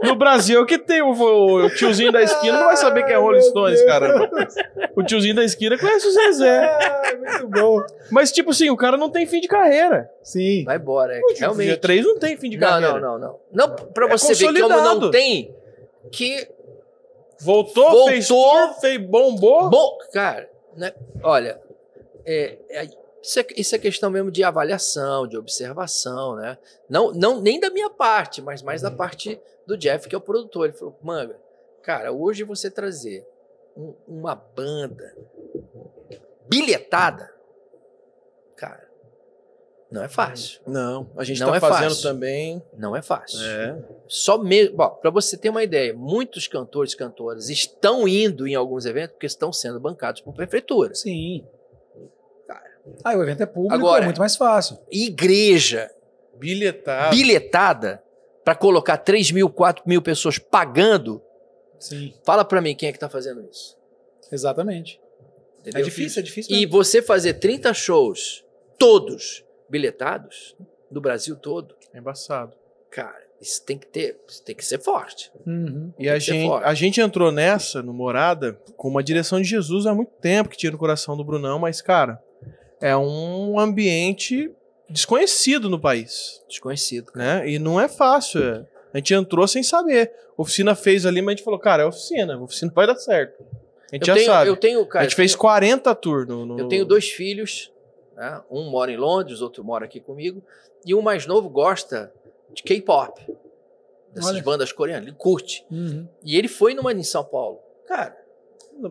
no Brasil que tem o, o tiozinho da esquina não vai saber quem é Rolling Ai, meu Stones, Deus. cara. O tiozinho da esquina conhece o Zezé. Ah, muito bom. Mas, tipo assim, o cara não tem fim de carreira. Sim. Vai embora. É, O realmente. G3 não tem fim de Não, carreira. É não, não, não. Não, pra você ver como consolidado. não tem, que Voltou, Voltou. fez tour, fez bombou. Bom, cara, né, olha, é, é, isso, é, isso é questão mesmo de avaliação, de observação, né? Não, não nem da minha parte, mas mais da Uhum. parte do Jeff, que é o produtor. Ele falou, manga, cara, hoje você trazer um- uma banda bilhetada, cara, não é fácil. Não, a gente Não tá é fazendo fácil. também. Não é fácil. É. Só mesmo. Bom, para você ter uma ideia, muitos cantores e cantoras estão indo em alguns eventos porque estão sendo bancados por prefeituras. Sim. Aí o evento é público, Agora- é muito mais fácil. igreja Bilhetado. bilhetada para colocar 3 mil, 4 mil pessoas pagando, Sim. fala para mim quem é que tá fazendo isso. Exatamente. Entendeu? É né? difícil, é difícil E mesmo. você fazer 30 shows, todos bilhetados, do Brasil todo, É embaçado. cara, isso tem que ter, isso tem que ser forte. Uhum. E a que ser gente, forte. a gente entrou nessa, no Morada, com uma direção de Jesus há muito tempo que tinha no coração do Brunão, mas, cara, é um ambiente desconhecido no país, Desconhecido. né? E não é fácil. é. A gente entrou sem saber. Oficina fez ali, mas a gente falou, cara, é oficina, oficina vai dar certo. A gente Eu já tenho, sabe. eu tenho, a cara, gente fez eu 40 tours no, no- tenho, eu tenho dois filhos, né? um mora em Londres, outro mora aqui comigo, e o mais novo gosta de K-pop, dessas Olha. bandas coreanas, ele curte. Uhum. E ele foi numa em São Paulo. Cara,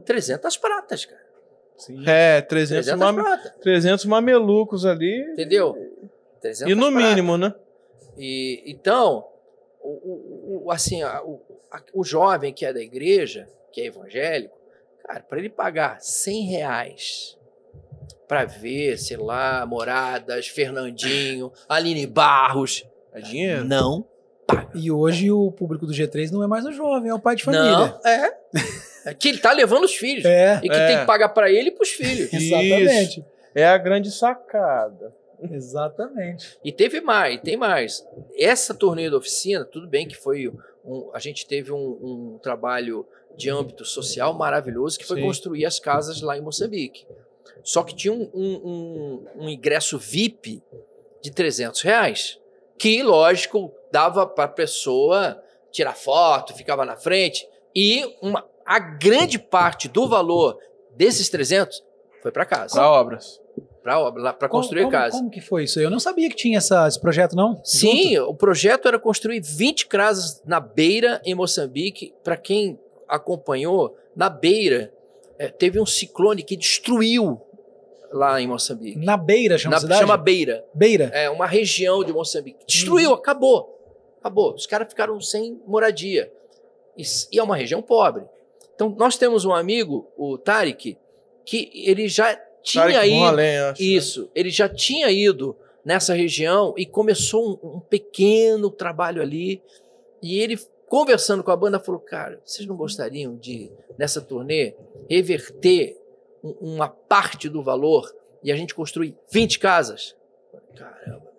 300 pratas, cara. Sim. É, 300, 300 mame- pratas, 300 mamelucos ali. entendeu? 300 E no pratas. mínimo, né? E, então, o, o- o- assim, a- o, a- o jovem que é da igreja, que é evangélico, cara, para ele pagar 100 reais para ver, sei lá, Moradas, Fernandinho, Aline Barros, É dinheiro. não. E hoje o público do G3 não é mais o jovem, é o pai de família. Não, é. É que ele tá levando os filhos. É. E que É. tem que pagar para ele e pros filhos. Exatamente. É a grande sacada. Exatamente. E teve mais, tem mais. Essa turnê da oficina, tudo bem que foi um, a gente teve um, um trabalho de âmbito social maravilhoso que foi Sim. construir as casas lá em Moçambique. Só que tinha um, um- um- um ingresso VIP de 300 reais, que, lógico, dava para a pessoa tirar foto, ficava na frente. E uma, a grande parte do valor desses 300 foi para casa, Pra obras. para construir como, a casa. Como que foi isso? Eu não sabia que tinha essa- esse projeto, não? Sim, o projeto era construir 20 casas na beira em Moçambique. Para quem acompanhou, na beira eh, teve um ciclone que destruiu lá em Moçambique. Na beira, Na- chama cidade? Hum. chama Beira. Beira. É uma região de Moçambique. Destruiu, acabou. Acabou. Os caras ficaram sem moradia. E, s- e é uma região pobre. Então, nós temos um amigo, o Tarek, que ele já tinha Tarek ido. Mohalem, eu acho. né? Isso, ele já tinha ido nessa região e começou um, um pequeno trabalho ali. E ele, conversando com a banda, falou: Cara, vocês não gostariam de, nessa turnê, reverter um- uma parte do valor e a gente construir 20 casas? Caramba,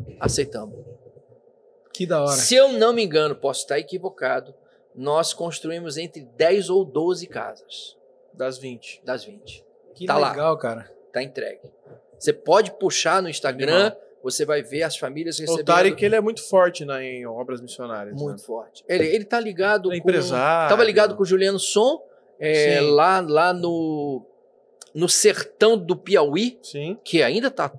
meu. aceitamos. Que da hora. Se eu não me engano, posso estar equivocado, nós construímos entre 10 ou 12 casas Das 20. das 20. Que tá lá. legal, cara. tá entregue. Você pode puxar no Instagram, você vai ver as famílias O recebendo Tarek, ele é muito forte na, em obras missionárias. muito forte. Ele, ele tá ligado né? É com... empresário. Tava ligado com o Juliano Som, é, Sim. lá, lá no, no sertão do Piauí, Sim. que ainda tá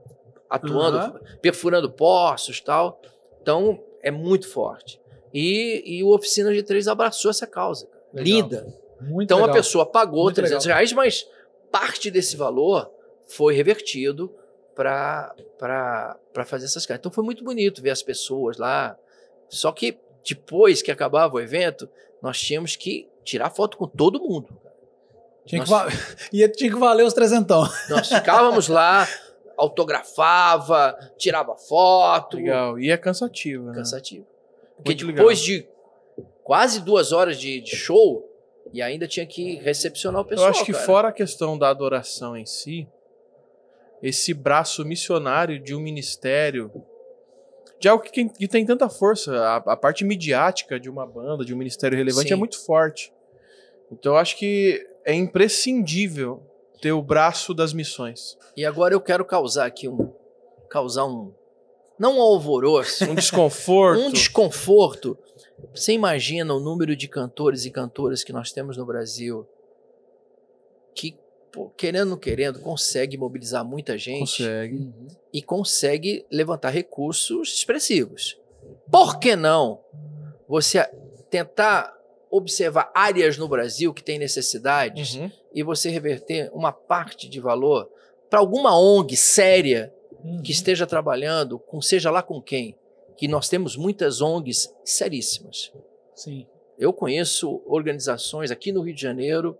atuando, perfurando poços e tal. Então, é muito forte. E, e o Oficina G3 abraçou essa causa. Legal. Linda. Muito Então legal. a pessoa pagou Muito 300 reais, mas parte desse valor foi revertido para fazer essas casas. Então foi muito bonito ver as pessoas lá. Só que depois que acabava o evento, nós tínhamos que tirar foto com todo mundo. Tinha que, Nossa. va... (laughs) Ia- tinha que valer os trezentão. Nós ficávamos (laughs) lá, autografava, tirava foto. Legal. E é cansativo, né? Cansativo. Porque Muito depois de quase duas horas de, de show, e ainda tinha que recepcionar o pessoal. eu acho que cara. fora a questão da adoração em si, esse braço missionário de um ministério de algo que, que tem tanta força. A, a parte midiática de uma banda, de um ministério relevante Sim. é muito forte. Então eu acho que é imprescindível ter o braço das missões. E agora eu quero causar aqui um. causar um. não um alvoroço, Um desconforto. (laughs) um desconforto. Você imagina o número de cantores e cantoras que nós temos no Brasil que, pô, querendo ou não querendo, consegue mobilizar muita gente Consegue. e consegue levantar recursos expressivos. Por que não você tentar observar áreas no Brasil que têm necessidades Uhum. e você reverter uma parte de valor para alguma ONG séria Uhum. que esteja trabalhando com seja lá com quem, que nós temos muitas ONGs seríssimas. Sim. Eu conheço organizações aqui no Rio de Janeiro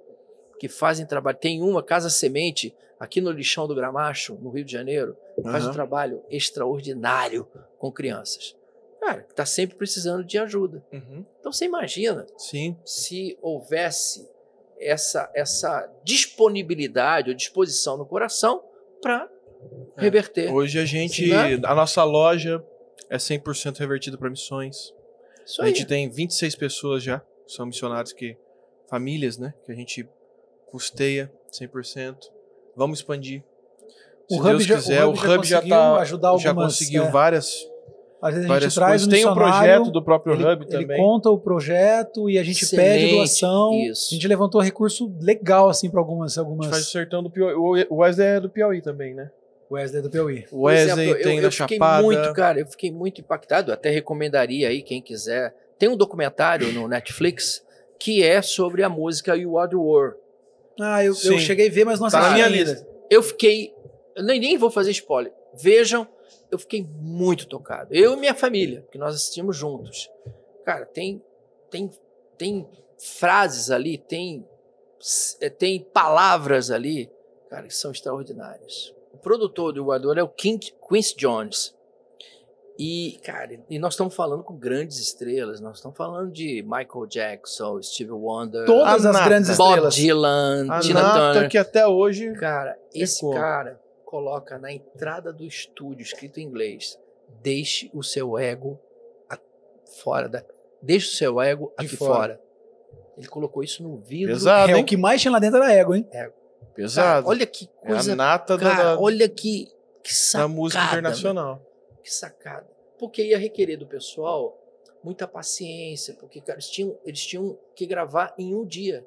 que fazem trabalho. Tem uma Casa Semente aqui no Lixão do Gramacho, no Rio de Janeiro, que faz um Aham. trabalho extraordinário com crianças. Cara, que está sempre precisando de ajuda. Uhum. Então você imagina Sim. se houvesse essa, essa disponibilidade ou disposição no coração para É. reverter. Hoje a gente. Sim, né? A nossa loja é 100% revertida para missões. Isso a aí. gente tem 26 pessoas já, são missionários que. famílias, né? Que a gente custeia 100%. Vamos expandir. Se O Deus Hub já- quiser, o o Hub Hub, já já, conseguiu tá- ajudar já algumas, conseguiu é. várias, Às vezes a várias gente traz coisas. um Tem um missionário, projeto do próprio ele, Hub ele também. conta o projeto e a gente pede Excelente, doação. isso. A gente levantou recurso legal assim para algumas A gente faz o algumas sertão do Piauí. O Wesley é do Piauí também, né? Wesley do Piauí. O Por Wesley exemplo, eu- tem eu, da fiquei Chapada. muito, cara, eu fiquei muito impactado. Até recomendaria aí quem quiser. Tem um documentário no Netflix que é sobre a música You Are the War. Ah, eu, eu Sim. cheguei a ver, mas não Tá assisti. na minha ainda. lista. Eu fiquei, eu nem, nem vou fazer spoiler. Vejam, eu fiquei muito tocado. Eu e minha família, que nós assistimos juntos. Cara, tem tem tem frases ali, tem eh, tem palavras ali, cara, que são extraordinárias. O produtor do Guardador é o King, Quincy Jones. E, cara, e nós estamos falando com grandes estrelas, nós estamos falando de Michael Jackson, Steve Wonder, Todas as Nata. grandes Bob estrelas. Dylan, A Tina Turner. Nata, que até hoje. Cara, esse É como? cara coloca na entrada do estúdio, escrito em inglês, deixe o seu ego a- fora da... Deixe o seu ego De aqui fora. fora. Ele colocou isso no vidro. Pesado, É, o hein? que mais tinha lá dentro era ego, hein? Cara, Pesado. olha que É a coisa... nata da- cara, da, olha que, que da sacada. música internacional. meu, Que sacada. Porque ia requerer do pessoal muita paciência, porque cara, eles, tinham, eles tinham que gravar em um dia.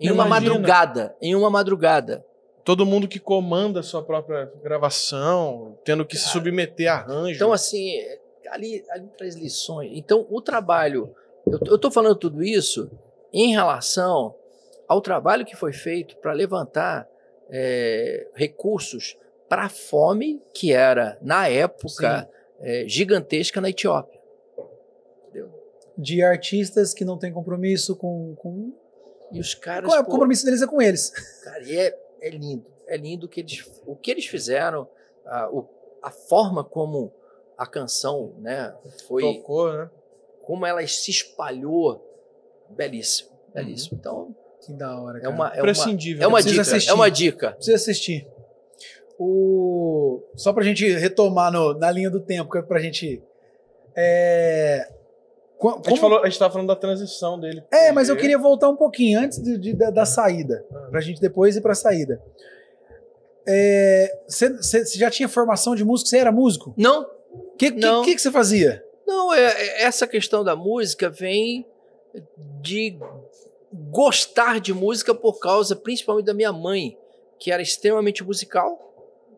Em uma Imagina. madrugada. Em uma madrugada. todo mundo que comanda a sua própria gravação, tendo que se submeter a arranjo. Então, assim, é, ali, ali traz lições. Então, o trabalho. Eu, tô- eu tô falando tudo isso em relação ao trabalho que foi feito para levantar é, recursos para a fome que era, na época, é, gigantesca na Etiópia. De artistas que não têm compromisso com. com... E os caras. Qual é o pô, compromisso deles é com eles? Cara, e é, é lindo. É lindo o que eles, o que eles fizeram, a, o- a forma como a canção né, foi. tocou, né? como ela se espalhou, belíssimo, belíssimo. Então, Que da hora, é cara. uma, é uma, Imprescindível. é uma preciso dica, assistir. é uma dica. Precisa assistir. O... Só pra gente retomar no- na linha do tempo, que é pra gente. É... co- A gente, como- falou, a gente tava falando da transição dele. É, mas eu queria voltar um pouquinho antes de- de- da, da saída, Ah. pra gente depois ir pra saída. É, Você já tinha formação de músico? Você era músico? Não, O que Não. que você fazia? não, é, é- essa questão da música vem de gostar de música por causa principalmente da minha mãe, que era extremamente musical,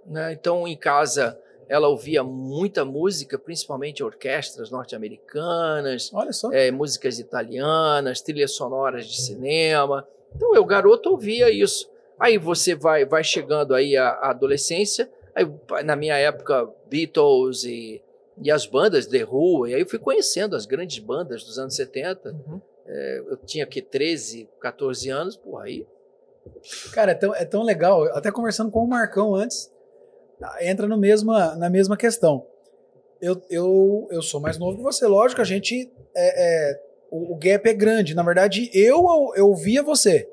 né? Então, em casa ela ouvia muita música, principalmente orquestras norte-americanas, Olha só. é, músicas italianas, trilhas sonoras de cinema. Então eu, garoto, ouvia isso. Aí você vai, vai chegando aí à, à adolescência, aí, na minha época, Beatles e, e as bandas The Who, e aí eu fui conhecendo as grandes bandas dos anos 70. Uhum. É, eu tinha aqui 13, 14 anos, por aí. Cara, é tão, é tão legal. Até conversando com o Marcão antes, entra no mesma, na mesma questão. Eu, eu, eu sou mais novo que você, lógico, a gente. é- é, o, o gap é grande. Na verdade, eu, eu via você.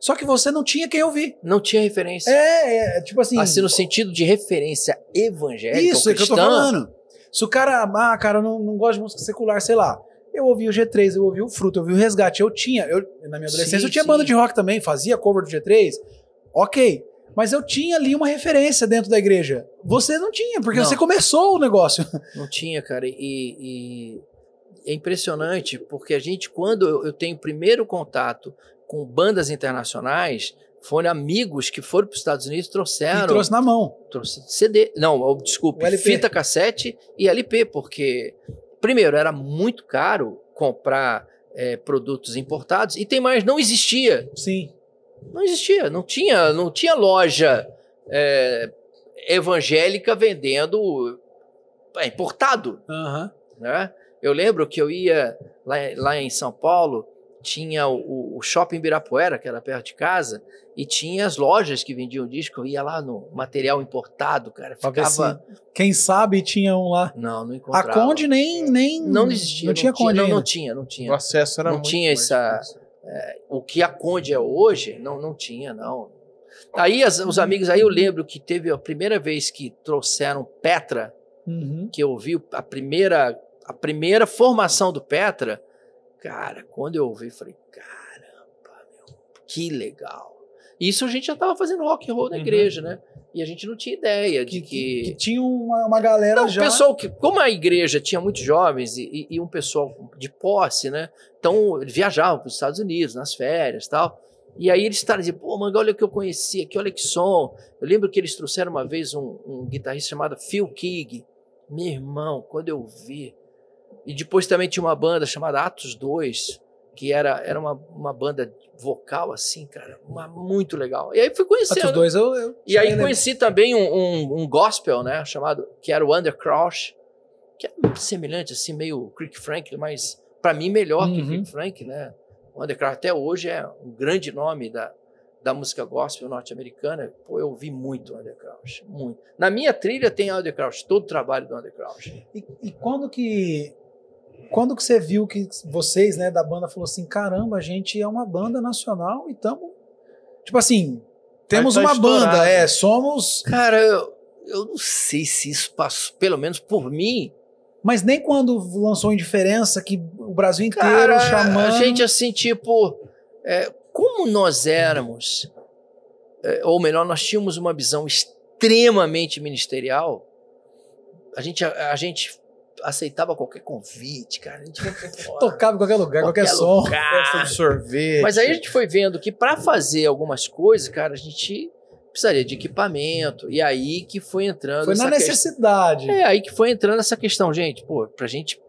Só que você não tinha quem ouvir. Não tinha referência. É, é, tipo assim. Assim, no sentido de referência evangélica. isso ou é que eu tô cristã, falando. Se o cara, ah, cara, eu não, não gosto de música secular, sei lá. Eu ouvi o G3, eu ouvi o Fruto, eu ouvi o Resgate. Eu tinha, eu, na minha adolescência, Sim, eu tinha sim. banda de rock também, fazia cover do G3. Ok. Mas eu tinha ali uma referência dentro da igreja. Você não tinha, porque Não. você começou o negócio. (laughs) Não tinha, cara. E, e é impressionante, porque a gente, quando eu, eu tenho primeiro contato com bandas internacionais, foram amigos que foram para os Estados Unidos e trouxeram. E trouxe na mão. trouxe CD. Não, oh, O desculpe, LP. fita cassete e LP, porque, primeiro, era muito caro comprar eh, produtos importados, e tem mais, não existia Sim. não existia, não tinha, não tinha loja é, evangélica vendendo é, importado, Aham. né? Eu lembro que eu ia lá, lá em São Paulo, tinha o, o shopping Birapuera, que era perto de casa, e tinha as lojas que vendiam disco, eu ia lá no material importado, cara, Pra ver ficava... assim, Quem sabe tinha um lá. Não, não A encontrava. Conde nem. nem não existia, Não tinha Conde não, não ainda. tinha, não O tinha. acesso era Não muito tinha mais essa- difícil. o que a Conde é hoje, não, não tinha, não. Aí as- os amigos, aí eu lembro que teve a primeira vez que trouxeram Petra, Uhum. que eu ouvi a primeira, a primeira formação do Petra. Cara, quando eu ouvi, eu falei, caramba, meu, que legal. Isso a gente já estava fazendo rock and roll na Uhum. igreja, né? E a gente não tinha ideia de Que, que... que tinha uma, uma galera Não, já. o pessoal que, como a igreja tinha muitos jovens e, e- e um pessoal de posse, né? Então eles viajavam para os Estados Unidos nas férias e tal. E aí eles estavam dizendo, pô, manga, olha o que eu conheci aqui, olha que som. Eu lembro que eles trouxeram uma vez um, um guitarrista chamado Phil Kig. Meu irmão, quando eu vi. E depois também tinha uma banda chamada Atos 2, que era, era uma, uma banda vocal, assim, cara, uma- muito legal. E aí fui conhecendo. Outros dois eu. eu E aí cheguei a lembrar. conheci também um, um- um gospel, né, chamado, que era o Undercrouch, que é semelhante, assim, meio Creek Frank, mas para mim melhor que o Uhum. Creek Frank, né? O Undercrouch até hoje é um grande nome da, da música gospel norte-americana. Pô, eu ouvi muito o Undercrouch, muito. Na minha trilha tem Undercrouch, todo o trabalho do Undercrouch. E, e quando que. Quando que você viu que vocês, né, da banda, falou assim: caramba, a gente é uma banda nacional e tamo. Tipo assim, temos tá uma estourado. banda, é, somos. Cara, eu, eu não sei se isso passou, pelo menos por mim, Mas nem quando lançou Indiferença, que o Brasil inteiro Cara, chamando. a gente assim, tipo, é, como nós éramos, é, ou melhor, nós tínhamos uma visão extremamente ministerial, a gente, a, a gente aceitava qualquer convite, cara. A gente ia pra fora, tocava em qualquer lugar, qualquer, qualquer som. Festa lugar. de sorvete. Ah. Mas aí a gente foi vendo que para fazer algumas coisas, cara, a gente precisaria de equipamento. E aí que foi entrando Foi na essa questão. necessidade. É, aí que foi entrando essa questão, gente, pô, pra gente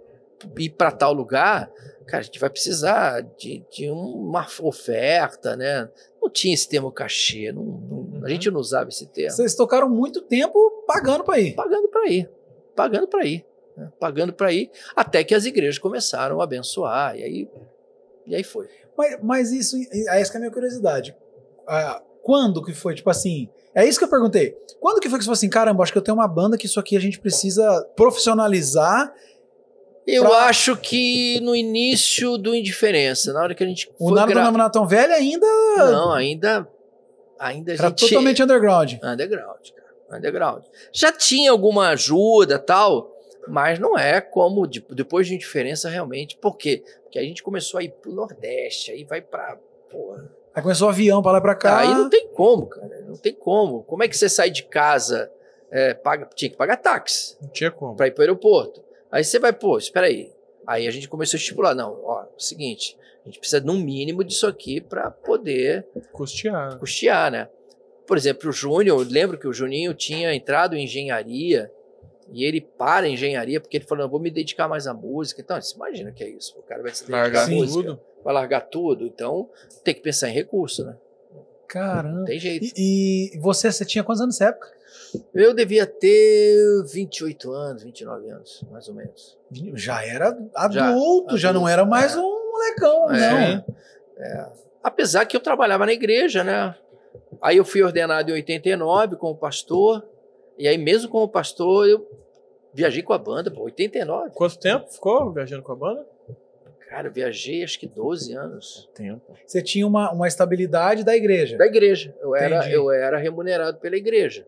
ir pra tal lugar, cara, a gente vai precisar de, de uma oferta, né? Não tinha esse termo cachê, não- não- a Uhum. gente não usava esse termo. Vocês tocaram muito tempo pagando pra ir. Pagando pra ir, pagando pra ir, né? pagando pra ir, até que as igrejas começaram a abençoar, e aí, e aí foi. Mas, mas isso, essa que é a minha curiosidade. Ah, quando que foi? Tipo assim, é isso que eu perguntei. Quando que foi que você falou assim, caramba, acho que eu tenho uma banda que isso aqui a gente precisa profissionalizar Eu Pra- acho que no início do Indiferença, na hora que a gente o foi Nada gra- não é tão velho ainda, Não, ainda, ainda a era gente... totalmente underground. Underground, cara. Underground. Já tinha alguma ajuda tal, mas não é como de- depois de indiferença realmente. Por quê? Porque a gente começou a ir pro Nordeste, aí vai pra. Porra. Aí começou o avião pra lá e pra cá. Aí não tem como, cara. Não tem como. Como é que você sai de casa? é, paga, tinha que pagar táxi Não tinha como. para ir pro aeroporto. Aí você vai, pô, espera aí. Aí a gente começou a estipular, não, ó, é o seguinte, a gente precisa de um mínimo disso aqui para poder Custear. custear, né? Por exemplo, o Júnior, eu lembro que o Juninho tinha entrado em engenharia e ele para a engenharia porque ele falou, eu vou me dedicar mais à música. Então, você imagina o que é isso? O cara vai se dedicar Largar à Sim. música, tudo. vai largar tudo. Então, tem que pensar em recurso, né? Não Caramba. tem jeito. E, e você, você tinha quantos anos nessa época? Eu devia ter 28 anos, 29 anos, mais ou menos. Já era adulto, já, não adulto, era mais é. um molecão, É. não. Apesar que eu trabalhava na igreja, né? Aí eu fui ordenado em 89 como pastor. E aí, mesmo como pastor, eu viajei com a banda, pô, 89. Quanto tempo ficou viajando com a banda? Cara, eu viajei acho que 12 anos. Tempo. Você tinha uma, uma estabilidade da igreja. Da igreja. Eu era, Entendi. eu era remunerado pela igreja.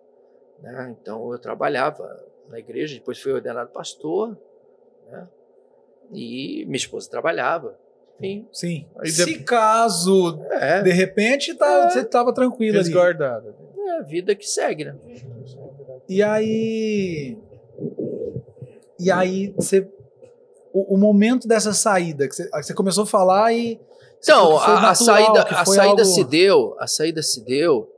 né? Então eu trabalhava. na igreja, depois fui ordenado pastor, né? E minha esposa trabalhava. Enfim, Sim. Aí Se caso, é, de repente, tá- É. você tava tranquilo ali. Resguardado. é a vida que segue, né? E aí. E aí, você. O, o momento dessa saída, que você, que você começou a falar e. Então, que foi a, a natural, saída, que a foi saída algo- se deu, a saída se deu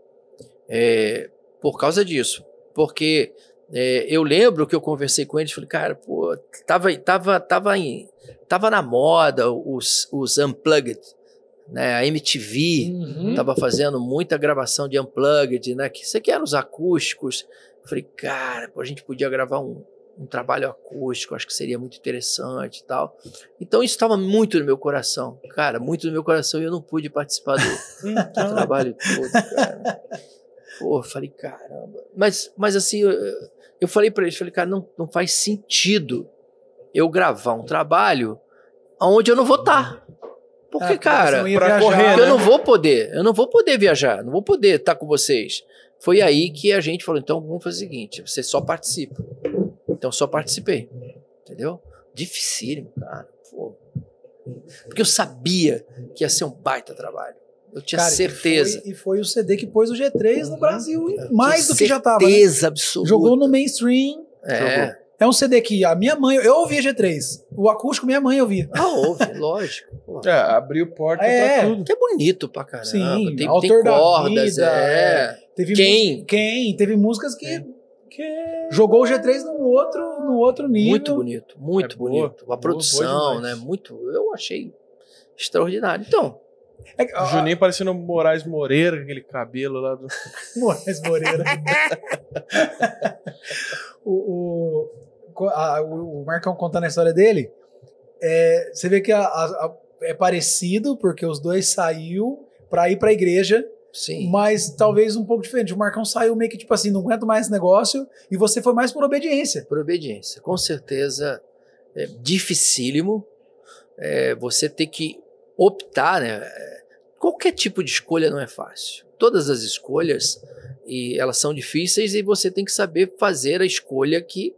é, por causa disso. Porque é, eu lembro que eu conversei com eles, falei, cara, pô, tava, tava, tava, em, tava na moda os, os Unplugged, né? A MTV Uhum. tava fazendo muita gravação de Unplugged, né? Que você quer nos acústicos. Eu falei, cara, pô, a gente podia gravar um, um trabalho acústico, acho que seria muito interessante e tal. Então isso estava muito no meu coração, cara, muito no meu coração e eu não pude participar do, (laughs) do Então, trabalho todo, cara. Pô, eu falei, caramba. Mas, mas assim, eu, eu falei pra eles, falei, cara, não, não faz sentido eu gravar um trabalho onde eu não vou estar. Porque, ah, cara, você não ia pra viajar, correr, porque né? eu não vou poder, eu não vou poder viajar, não vou poder estar com vocês. Foi aí que a gente falou, então vamos fazer o seguinte, você só participa. Então só participei, entendeu? Dificílimo, cara. pô. Porque eu sabia que ia ser um baita trabalho. Eu tinha Cara, e certeza. foi- E foi, o CD que pôs o G3 no Uhum. Brasil, e Eu mais tinha do que já tava. né? Certeza absoluta. Jogou no mainstream. É, É um CD que a minha mãe. Eu ouvia G3. O acústico, minha mãe ouvia. ah, houve, (laughs) lógico. pô. É, abriu porta É. pra tudo. Que é bonito pra caramba. Sim, tem, tem autor da cordas, vida, é. Teve Quem? Quem? Teve músicas que, que jogou o G3 no outro, no outro nível. Muito bonito, muito É boa, boa, bonito. a boa produção, né? demais. Muito. Eu achei extraordinário. Então, É que- O ah. Juninho parecendo o Moraes Moreira, com aquele cabelo lá do. ah, Moraes Moreira. né? (laughs) o, o, co- a- o- o Marcão contando a história dele, é, você vê que a- a- a- é parecido, porque os dois saiu pra ir pra igreja, sim. mas talvez um pouco diferente. O Marcão saiu meio que tipo assim, não aguento mais esse negócio, e você foi mais por obediência. Por obediência. Com certeza é dificílimo é, você ter que optar, né? É, Qualquer tipo de escolha não é fácil. Todas as escolhas e elas são difíceis e você tem que saber fazer a escolha que,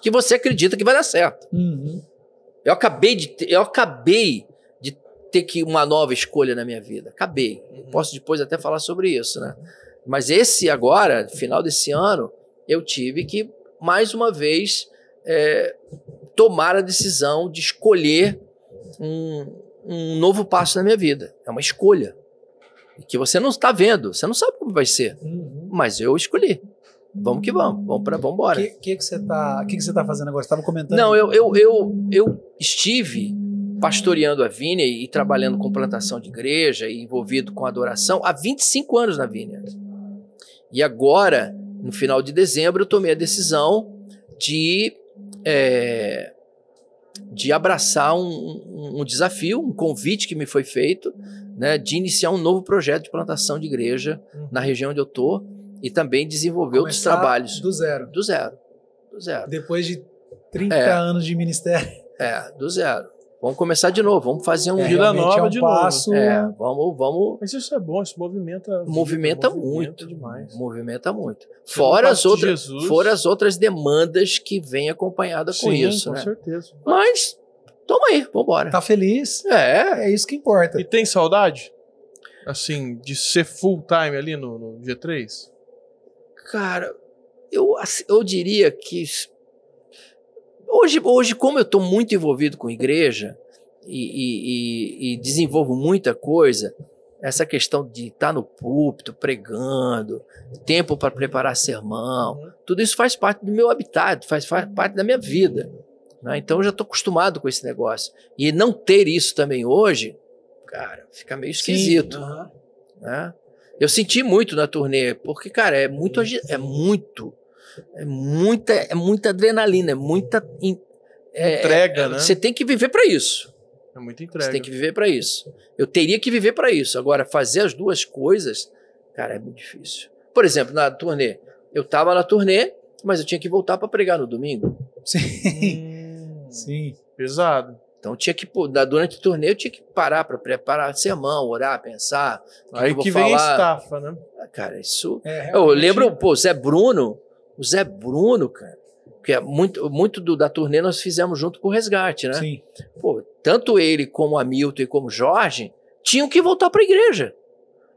que você acredita que vai dar certo. Uhum, Eu acabei de ter, eu acabei de ter que uma nova escolha na minha vida. Acabei. Posso depois até falar sobre isso, né? Mas esse agora, final desse ano, eu tive que, mais uma vez, é, tomar a decisão de escolher um, um novo passo na minha vida. É uma escolha. Que você não está vendo, você não sabe como vai ser. uhum. Mas eu escolhi. Vamos que vamos, vamos para vamos O embora. que, que, que você tá, que, que você tá fazendo agora? Você tava comentando. Não, eu, eu, eu, eu estive pastoreando a Vinha e trabalhando com plantação de igreja e envolvido com adoração há 25 anos na Vinha. E agora, no final de dezembro, eu tomei a decisão de, é, de abraçar um, um- um desafio, um convite que me foi feito, né, de iniciar um novo projeto de plantação de igreja na região onde eu estou e também desenvolver outros Hum. Começar trabalhos Do zero. do zero. Do zero. Depois de 30 É. anos de ministério. É, do zero. Vamos começar de novo, vamos fazer um. É, É, Vila realmente Nova de novo. vamos, vamos. Mas isso é bom, isso movimenta. a vida, Movimenta muito. demais. Movimenta muito. Você Fora não parte as, de outras, Jesus. fora as outras demandas que vem acompanhada com Sim, isso, com né? certeza. Mas, toma aí, vambora. Tá feliz? É, É isso que importa. E tem saudade? Assim, de ser full time ali no, no G3? cara, eu, ass- eu diria que. s- Hoje, hoje como eu estou muito envolvido com igreja e, e- e- e desenvolvo muita coisa, essa questão de estar no púlpito, pregando, tempo para preparar sermão, tudo isso faz parte do meu habitat, faz, faz parte da minha vida. né? Então eu já estou acostumado com esse negócio. E não ter isso também hoje, cara, fica meio esquisito. Aham. né? Eu senti muito na turnê, porque, cara, é muito, agi- é muito, é muita, é muita adrenalina, é muita. in- é- Entrega, é- né? Você tem que viver para isso. É muita Você entrega. tem que viver para isso. Eu teria que viver para isso. Agora, fazer as duas coisas, cara, é muito difícil. Por exemplo, na turnê. Eu tava na turnê, mas eu tinha que voltar para pregar no domingo. Sim. (laughs) Hum, Sim. Pesado. Então, eu tinha que, pô, na- durante a turnê, eu tinha que parar para preparar sermão, orar, pensar. o que Aí eu vou que vem falar. a estafa, né? Ah, Cara, isso É, Eu realmente- lembro, pô, o Zé Bruno, o Zé Bruno, cara. Porque é muito, muito do- da turnê nós fizemos junto com o Resgate, né? Sim. Pô, tanto ele como Hamilton e como Jorge tinham que voltar para a igreja.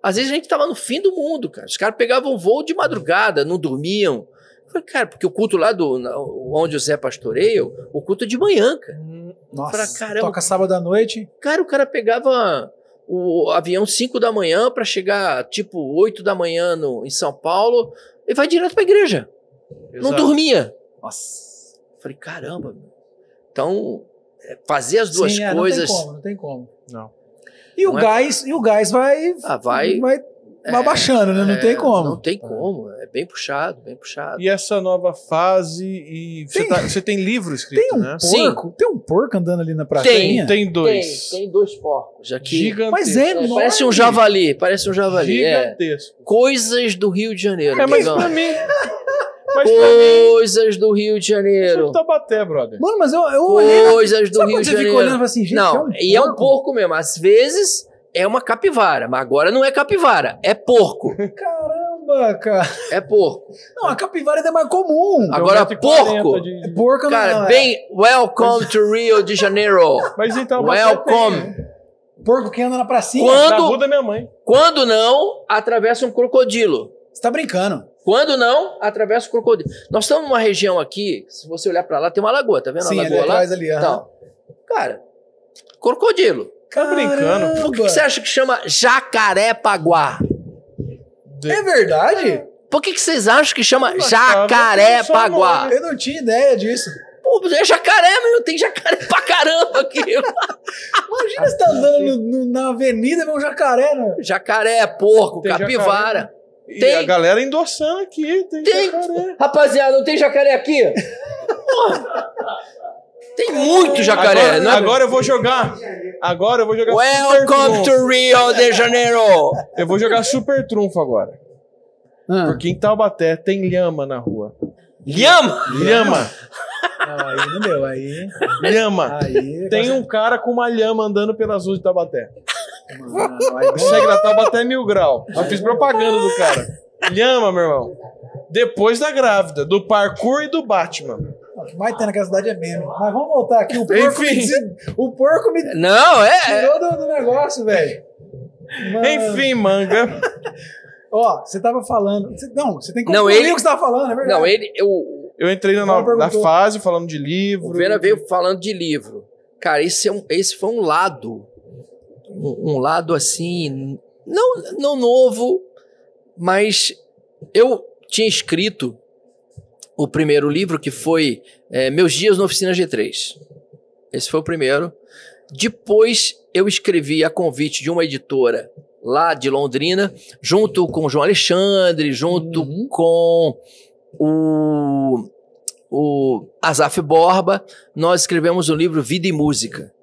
Às vezes a gente estava no fim do mundo, cara. Os caras pegavam um voo de madrugada, não dormiam. Eu falei, cara, porque o culto lá do, na- onde o Zé pastoreia, o culto é de manhã, cara. Nossa, Pra caramba. toca sábado à noite. Cara, o cara pegava o avião 5 da manhã para chegar tipo 8 da manhã no, em São Paulo e vai direto para a igreja. Não Exato. dormia. Nossa. Eu Falei, caramba. meu. Então, é, fazer as duas Sim, é, coisas. Não tem como, não tem como. Não. E o Não é- gás, e o gás vai, Ah, vai- vai, vai é, baixando, né? Não É, tem como. Não tem como. É bem puxado, bem puxado. E essa nova fase e você Tem- tá- você tem livro escrito, Tem um né? Sim. porco, tem um porco andando ali na pracinha. Tem dois. Tem, tem dois porcos aqui. Gigantesco. Mas é É, enorme. parece um javali, parece um javali. É. Gigantesco. Coisas do Rio de Janeiro. É, mas Magão. pra (laughs) mim. Mas pra mim. Coisas do Rio de Isso é Janeiro. o Tabaté, brother. Mano, mas eu, eu olhei. na- Coisas do tá Sabe Rio quando de você fica olhando e Janeiro. fala assim, gente, Não, é um e é um porco mesmo. Às vezes é uma capivara, mas agora não é capivara, é porco. Caramba, cara. É porco. Não, a capivara ainda é mais comum. Ah, Agora, 1,40 porco. de- É porco não, Cara, é. bem, welcome to Rio de Janeiro. Mas então. Welcome. Porco que anda na pracinha. é Quando- Da rua da minha mãe. Quando não, atravessa um crocodilo. Você tá brincando. Quando não, atravessa o crocodilo. Nós estamos numa região aqui, se você olhar pra lá, tem uma lagoa, tá vendo Sim, a ali lagoa lá? atrás ali. aham. Então, cara, crocodilo. Tá brincando. Por que, que você acha que chama jacaré-paguá? De- É verdade? Por que, que vocês acham que chama Nossa, não jacaré-paguá? Eu tá, não tinha ideia disso. Pô, é jacaré, meu, tem jacaré pra caramba aqui. (laughs) Imagina você tá andando no- no- na avenida e vê um jacaré, né? jacaré, porco, Tem capivara. E Tem. a galera endossando aqui. Tem. Tem. jacaré. Rapaziada, não tem jacaré aqui? Porra. tem muito jacaré, agora, não é? agora eu vou jogar. Agora eu vou jogar super trunfo. Welcome to Rio de Janeiro. Eu vou jogar super trunfo agora. Porque em Taubaté tem lhama na rua. Lhama. Lhama. Não, aí não deu, aí. Lhama. (laughs) Aí. Tem um cara com uma lhama andando pelas ruas de Taubaté. um- Mano, aí deu- Segue da Taubaté é Mil Grau. Eu fiz propaganda do cara. Lhama, meu irmão. Depois da grávida, do parkour e do Batman. O que mais tem naquela cidade é meme. Mas vamos voltar aqui. O porco, me, Enfim. des- o porco me Não, é. é. tirou do, do negócio, velho. Mano. Enfim, manga. Ó, você tava falando. você- não, você tem que Não, concluir ele- o que você tava falando, é verdade. Não, ele. O, Eu entrei na, Não, na perguntou. fase falando de o livro. Vera veio falando de livro. Cara, esse, é um, esse foi um lado. Um, um lado assim. Não, não novo, mas eu tinha escrito o primeiro livro que foi é, Meus Dias na Oficina G3. Esse foi o primeiro. Depois eu escrevi a convite de uma editora lá de Londrina, junto com o João Alexandre, junto Uhum. com o, o Azaf Borba, nós escrevemos o livro Vida e Música.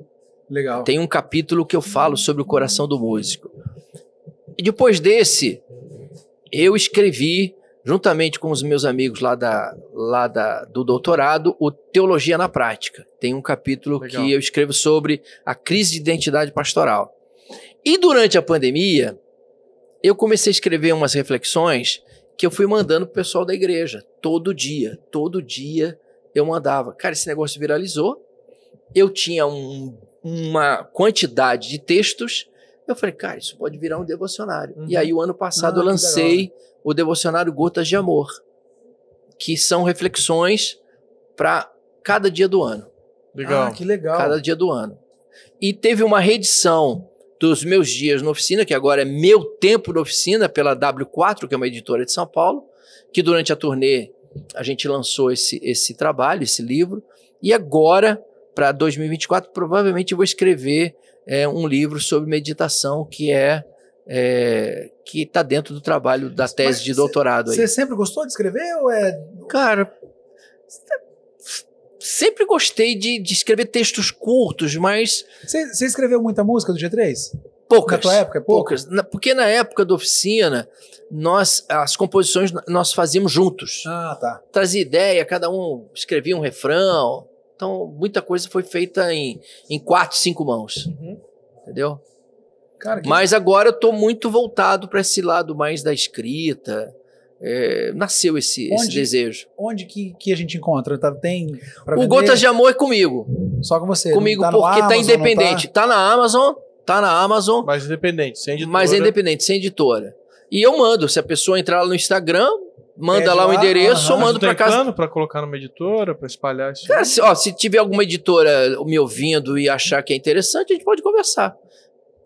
Legal. Tem um capítulo que eu falo sobre o coração do músico. E depois desse, eu escrevi, juntamente com os meus amigos lá, da, lá da, do doutorado, o Teologia na Prática. Tem um capítulo Legal. que eu escrevo sobre a crise de identidade pastoral. E durante a pandemia, eu comecei a escrever umas reflexões que eu fui mandando pro pessoal da igreja, todo dia, todo dia eu mandava. Cara, esse negócio viralizou, eu tinha um- uma quantidade de textos, eu falei, cara, isso pode virar um devocionário. Uhum. E aí, o ano passado, Ah, eu que lancei o devocionário Gotas de Amor, que são reflexões para cada dia do ano Legal. Ah, que legal. cada dia do ano. E teve uma reedição dos meus dias na oficina, que agora é meu tempo na oficina, pela W4, que é uma editora de São Paulo, que durante a turnê a gente lançou esse, esse trabalho, esse livro, e agora, para 2024, provavelmente eu vou escrever é, um livro sobre meditação, que é, é, que está dentro do trabalho da tese de cê- doutorado. aí. Você sempre gostou de escrever ou é. Cara, sempre gostei de, de escrever textos curtos, mas Você você escreveu muita música do G3? Poucas. Na tua época, é pouco? poucas. Na- porque na época da oficina, nós as composições n- nós fazíamos juntos. Ah, tá. Trazia ideia, cada um escrevia um refrão. Então, muita coisa foi feita em, em quatro, cinco mãos. Entendeu? Uhum. Cara, que Mas agora eu tô muito voltado para esse lado mais da escrita, é, nasceu esse, esse Onde? desejo. Onde que, que a gente encontra? Tá, tem pra O vender? Gotas de Amor é comigo. Só com você. comigo, não tá no porque tá Amazon, não independente. Tá? na Amazon, tá na Amazon, Mas independente, sem editora. mas é independente, sem editora. E eu mando. Se a pessoa entrar lá no Instagram, manda Pede lá o lá, endereço, aham. eu Mas mando não tem pra casa. plano pra colocar numa editora, pra espalhar isso? Cara, se, ó, se tiver alguma editora me ouvindo e achar que é interessante, a gente pode conversar.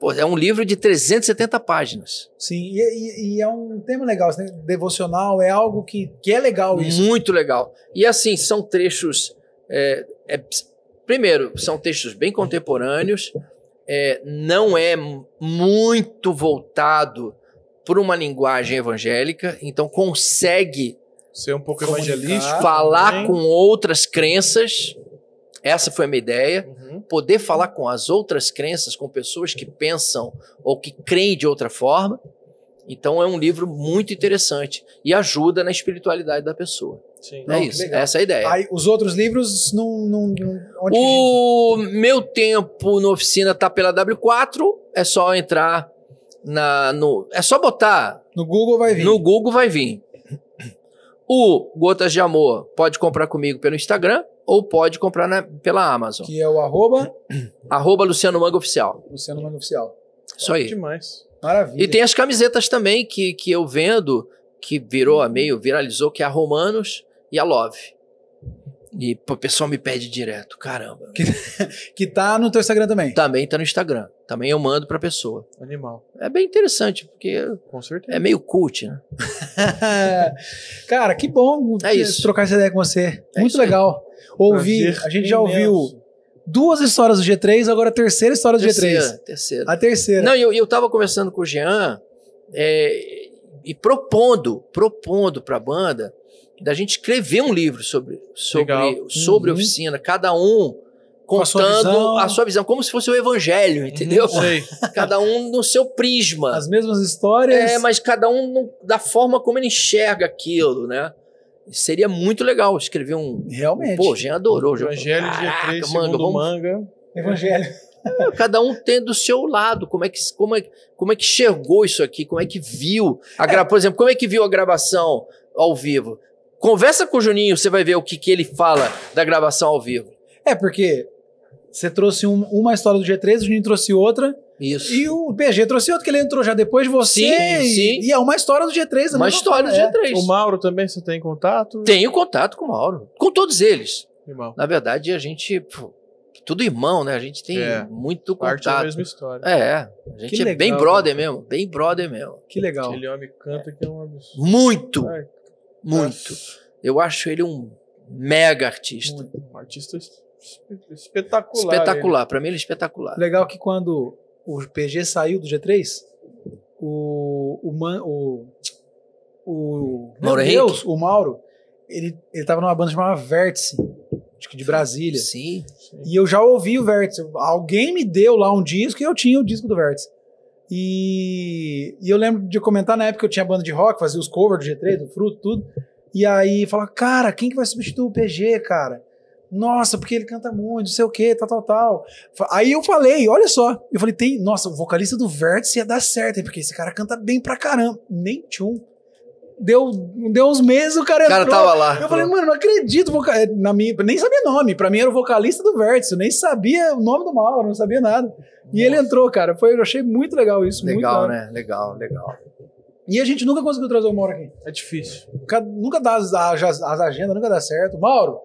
Pô, é um livro de 370 páginas. Sim, e, e- e é um tema legal. assim, Devocional é algo que, que é Uhum. legal isso. Muito legal. E assim, são trechos. é, é, primeiro, são textos bem contemporâneos, é, não é m- muito voltado para uma linguagem evangélica, então consegue Ser um pouco Comunicar. evangelístico. falar também. com outras crenças. Essa foi a minha ideia. Uhum. poder falar com as outras crenças, com pessoas que pensam ou que creem de outra forma. Então é um livro muito interessante e ajuda na espiritualidade da pessoa. Sim. Não, é que isso, legal. essa é a ideia. Aí, os outros livros não. não, não- onde que a gente- O meu tempo na oficina tá pela W4, é só entrar na no, é só botar no Google vai vir. no Google vai vir. O Gotas de Amor pode comprar comigo pelo Instagram ou pode comprar na- pela Amazon. Que é o arroba Arroba Luciano Manga Oficial. Luciano Mano Oficial. Isso aí. Demais. Maravilha. E tem as camisetas também que, que eu vendo, que virou a meio, viralizou, que é a Romanos e a Love. E pô, o pessoal me pede direto, caramba. Que tá no teu Instagram também. Também tá no Instagram, também eu mando pra pessoa. Animal. É bem interessante, porque Com certeza. é meio cult, né? (laughs) Cara, que bom É isso. trocar essa ideia com você. É Muito isso aí. legal. Ouvir, Prazer a gente já imenso. Uhum, ouviu duas histórias do G3, agora a terceira história do G3. Terceira, terceira. A terceira. Não, e eu, eu tava conversando com o Jean é, e propondo, propondo pra banda da gente escrever um livro sobre, Legal. sobre, sobre Uhum. oficina, cada um a sua contando visão. a sua visão, como se fosse o evangelho, Uhum. entendeu? (laughs) Não sei. cada um no seu prisma. As mesmas histórias. É, mas cada um no- da forma como ele enxerga aquilo, né? Seria muito legal escrever um. Realmente. Pô, o Jean adorou. Jean falou, Evangelho de "Caraca, G3, manga, segundo vamos- manga. Evangelho. Cada um tem do seu lado. Como é que como é, como é que chegou isso aqui? Como é que viu? A gra... Por exemplo, como é que viu a gravação ao vivo? Conversa com o Juninho, você vai ver o que, que ele fala da gravação ao vivo. É, porque você trouxe um- uma história do G3, o Juninho trouxe outra. Isso. E o PG trouxe outro que ele entrou já depois de você. Sim, e, sim. e é uma história do G3 da Uma mesma história do forma, é. G3. O Mauro também, você tem contato? Tenho contato com o Mauro. Com todos eles. Animal. Na verdade, a gente. pô, tudo irmão, né? A gente tem É. muito Parte da contato. mesma história. né? É, a gente Que é bem legal, brother mesmo. Bem brother mesmo. Que legal. Aquele homem canta que é um absurdo. Muito, Ai, muito. Eu acho ele um mega artista. muito. Um artista es- espetacular. Espetacular. Pra mim, ele é espetacular. Legal que quando o PG saiu do G3, o. O. Man, o, o meu Mauro Deus, o Mauro, ele, ele tava numa banda chamada Vértice, acho que de Brasília. Sim. E eu já ouvi o Vértice. Alguém me deu lá um disco e eu tinha o disco do Vértice. E, e eu lembro de comentar na época que eu tinha banda de rock, fazia os covers do G3, do Fruto, tudo. E aí falar, cara, quem que vai substituir o PG, cara? Nossa, porque ele canta muito, não sei o que, tal, tal, tal. Fa- Aí eu falei, olha só. Eu falei, tem, nossa, o vocalista do Vértice ia dar certo, hein, porque esse cara canta bem pra caramba. Nem tchum. Deu, deu uns meses, o cara O cara entrou. tava lá. Eu falei, mano, não acredito. voca- eh, Na minha, nem sabia nome. Pra mim era o vocalista do Vértice. Eu nem sabia o nome do Mauro, não sabia nada. E ele entrou, cara. Foi, eu achei muito legal isso. muito da Legal, hora. né? Legal, legal. E a gente nunca conseguiu trazer o Mauro aqui. É difícil. Ca- Nunca dá as, as- as agendas, nunca dá certo. Mauro,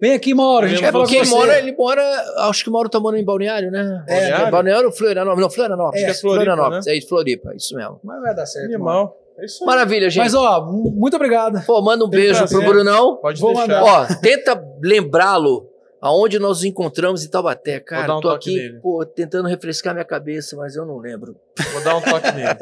vem aqui, Mauro. A gente É quer É falar com porque você. ele mora, ele mora. Acho que o Mauro tá morando em Balneário, né? É. Balneário? Balneário ou Florianópolis? Não, É, Florianópolis. É, Floripa, Florianópolis. É isso, Floripa, isso mesmo. Mas vai dar certo. Mauro. Animal. É isso aí. Maravilha, gente. Mas, ó, m- muito obrigado. Pô, manda um Tem beijo prazer. pro Brunão. Pode Vou deixar. mandar. Ó, tenta lembrá-lo aonde nós nos encontramos em Taubaté, Vou cara. dar um Tô toque aqui, nele. pô, tentando refrescar minha cabeça, mas eu não lembro. Vou dar um toque nele.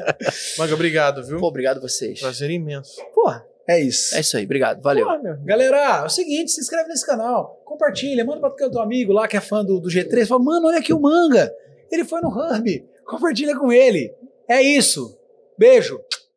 Manga, obrigado, viu? Pô, obrigado a vocês. Prazer imenso. Porra, É isso. é isso aí. Obrigado. Valeu. Pô, meu. Galera, é o seguinte, se inscreve nesse canal, compartilha, manda para o teu amigo lá que é fã do, do G3, fala, mano, olha aqui o manga, ele foi no Hub, compartilha com ele. É isso, beijo.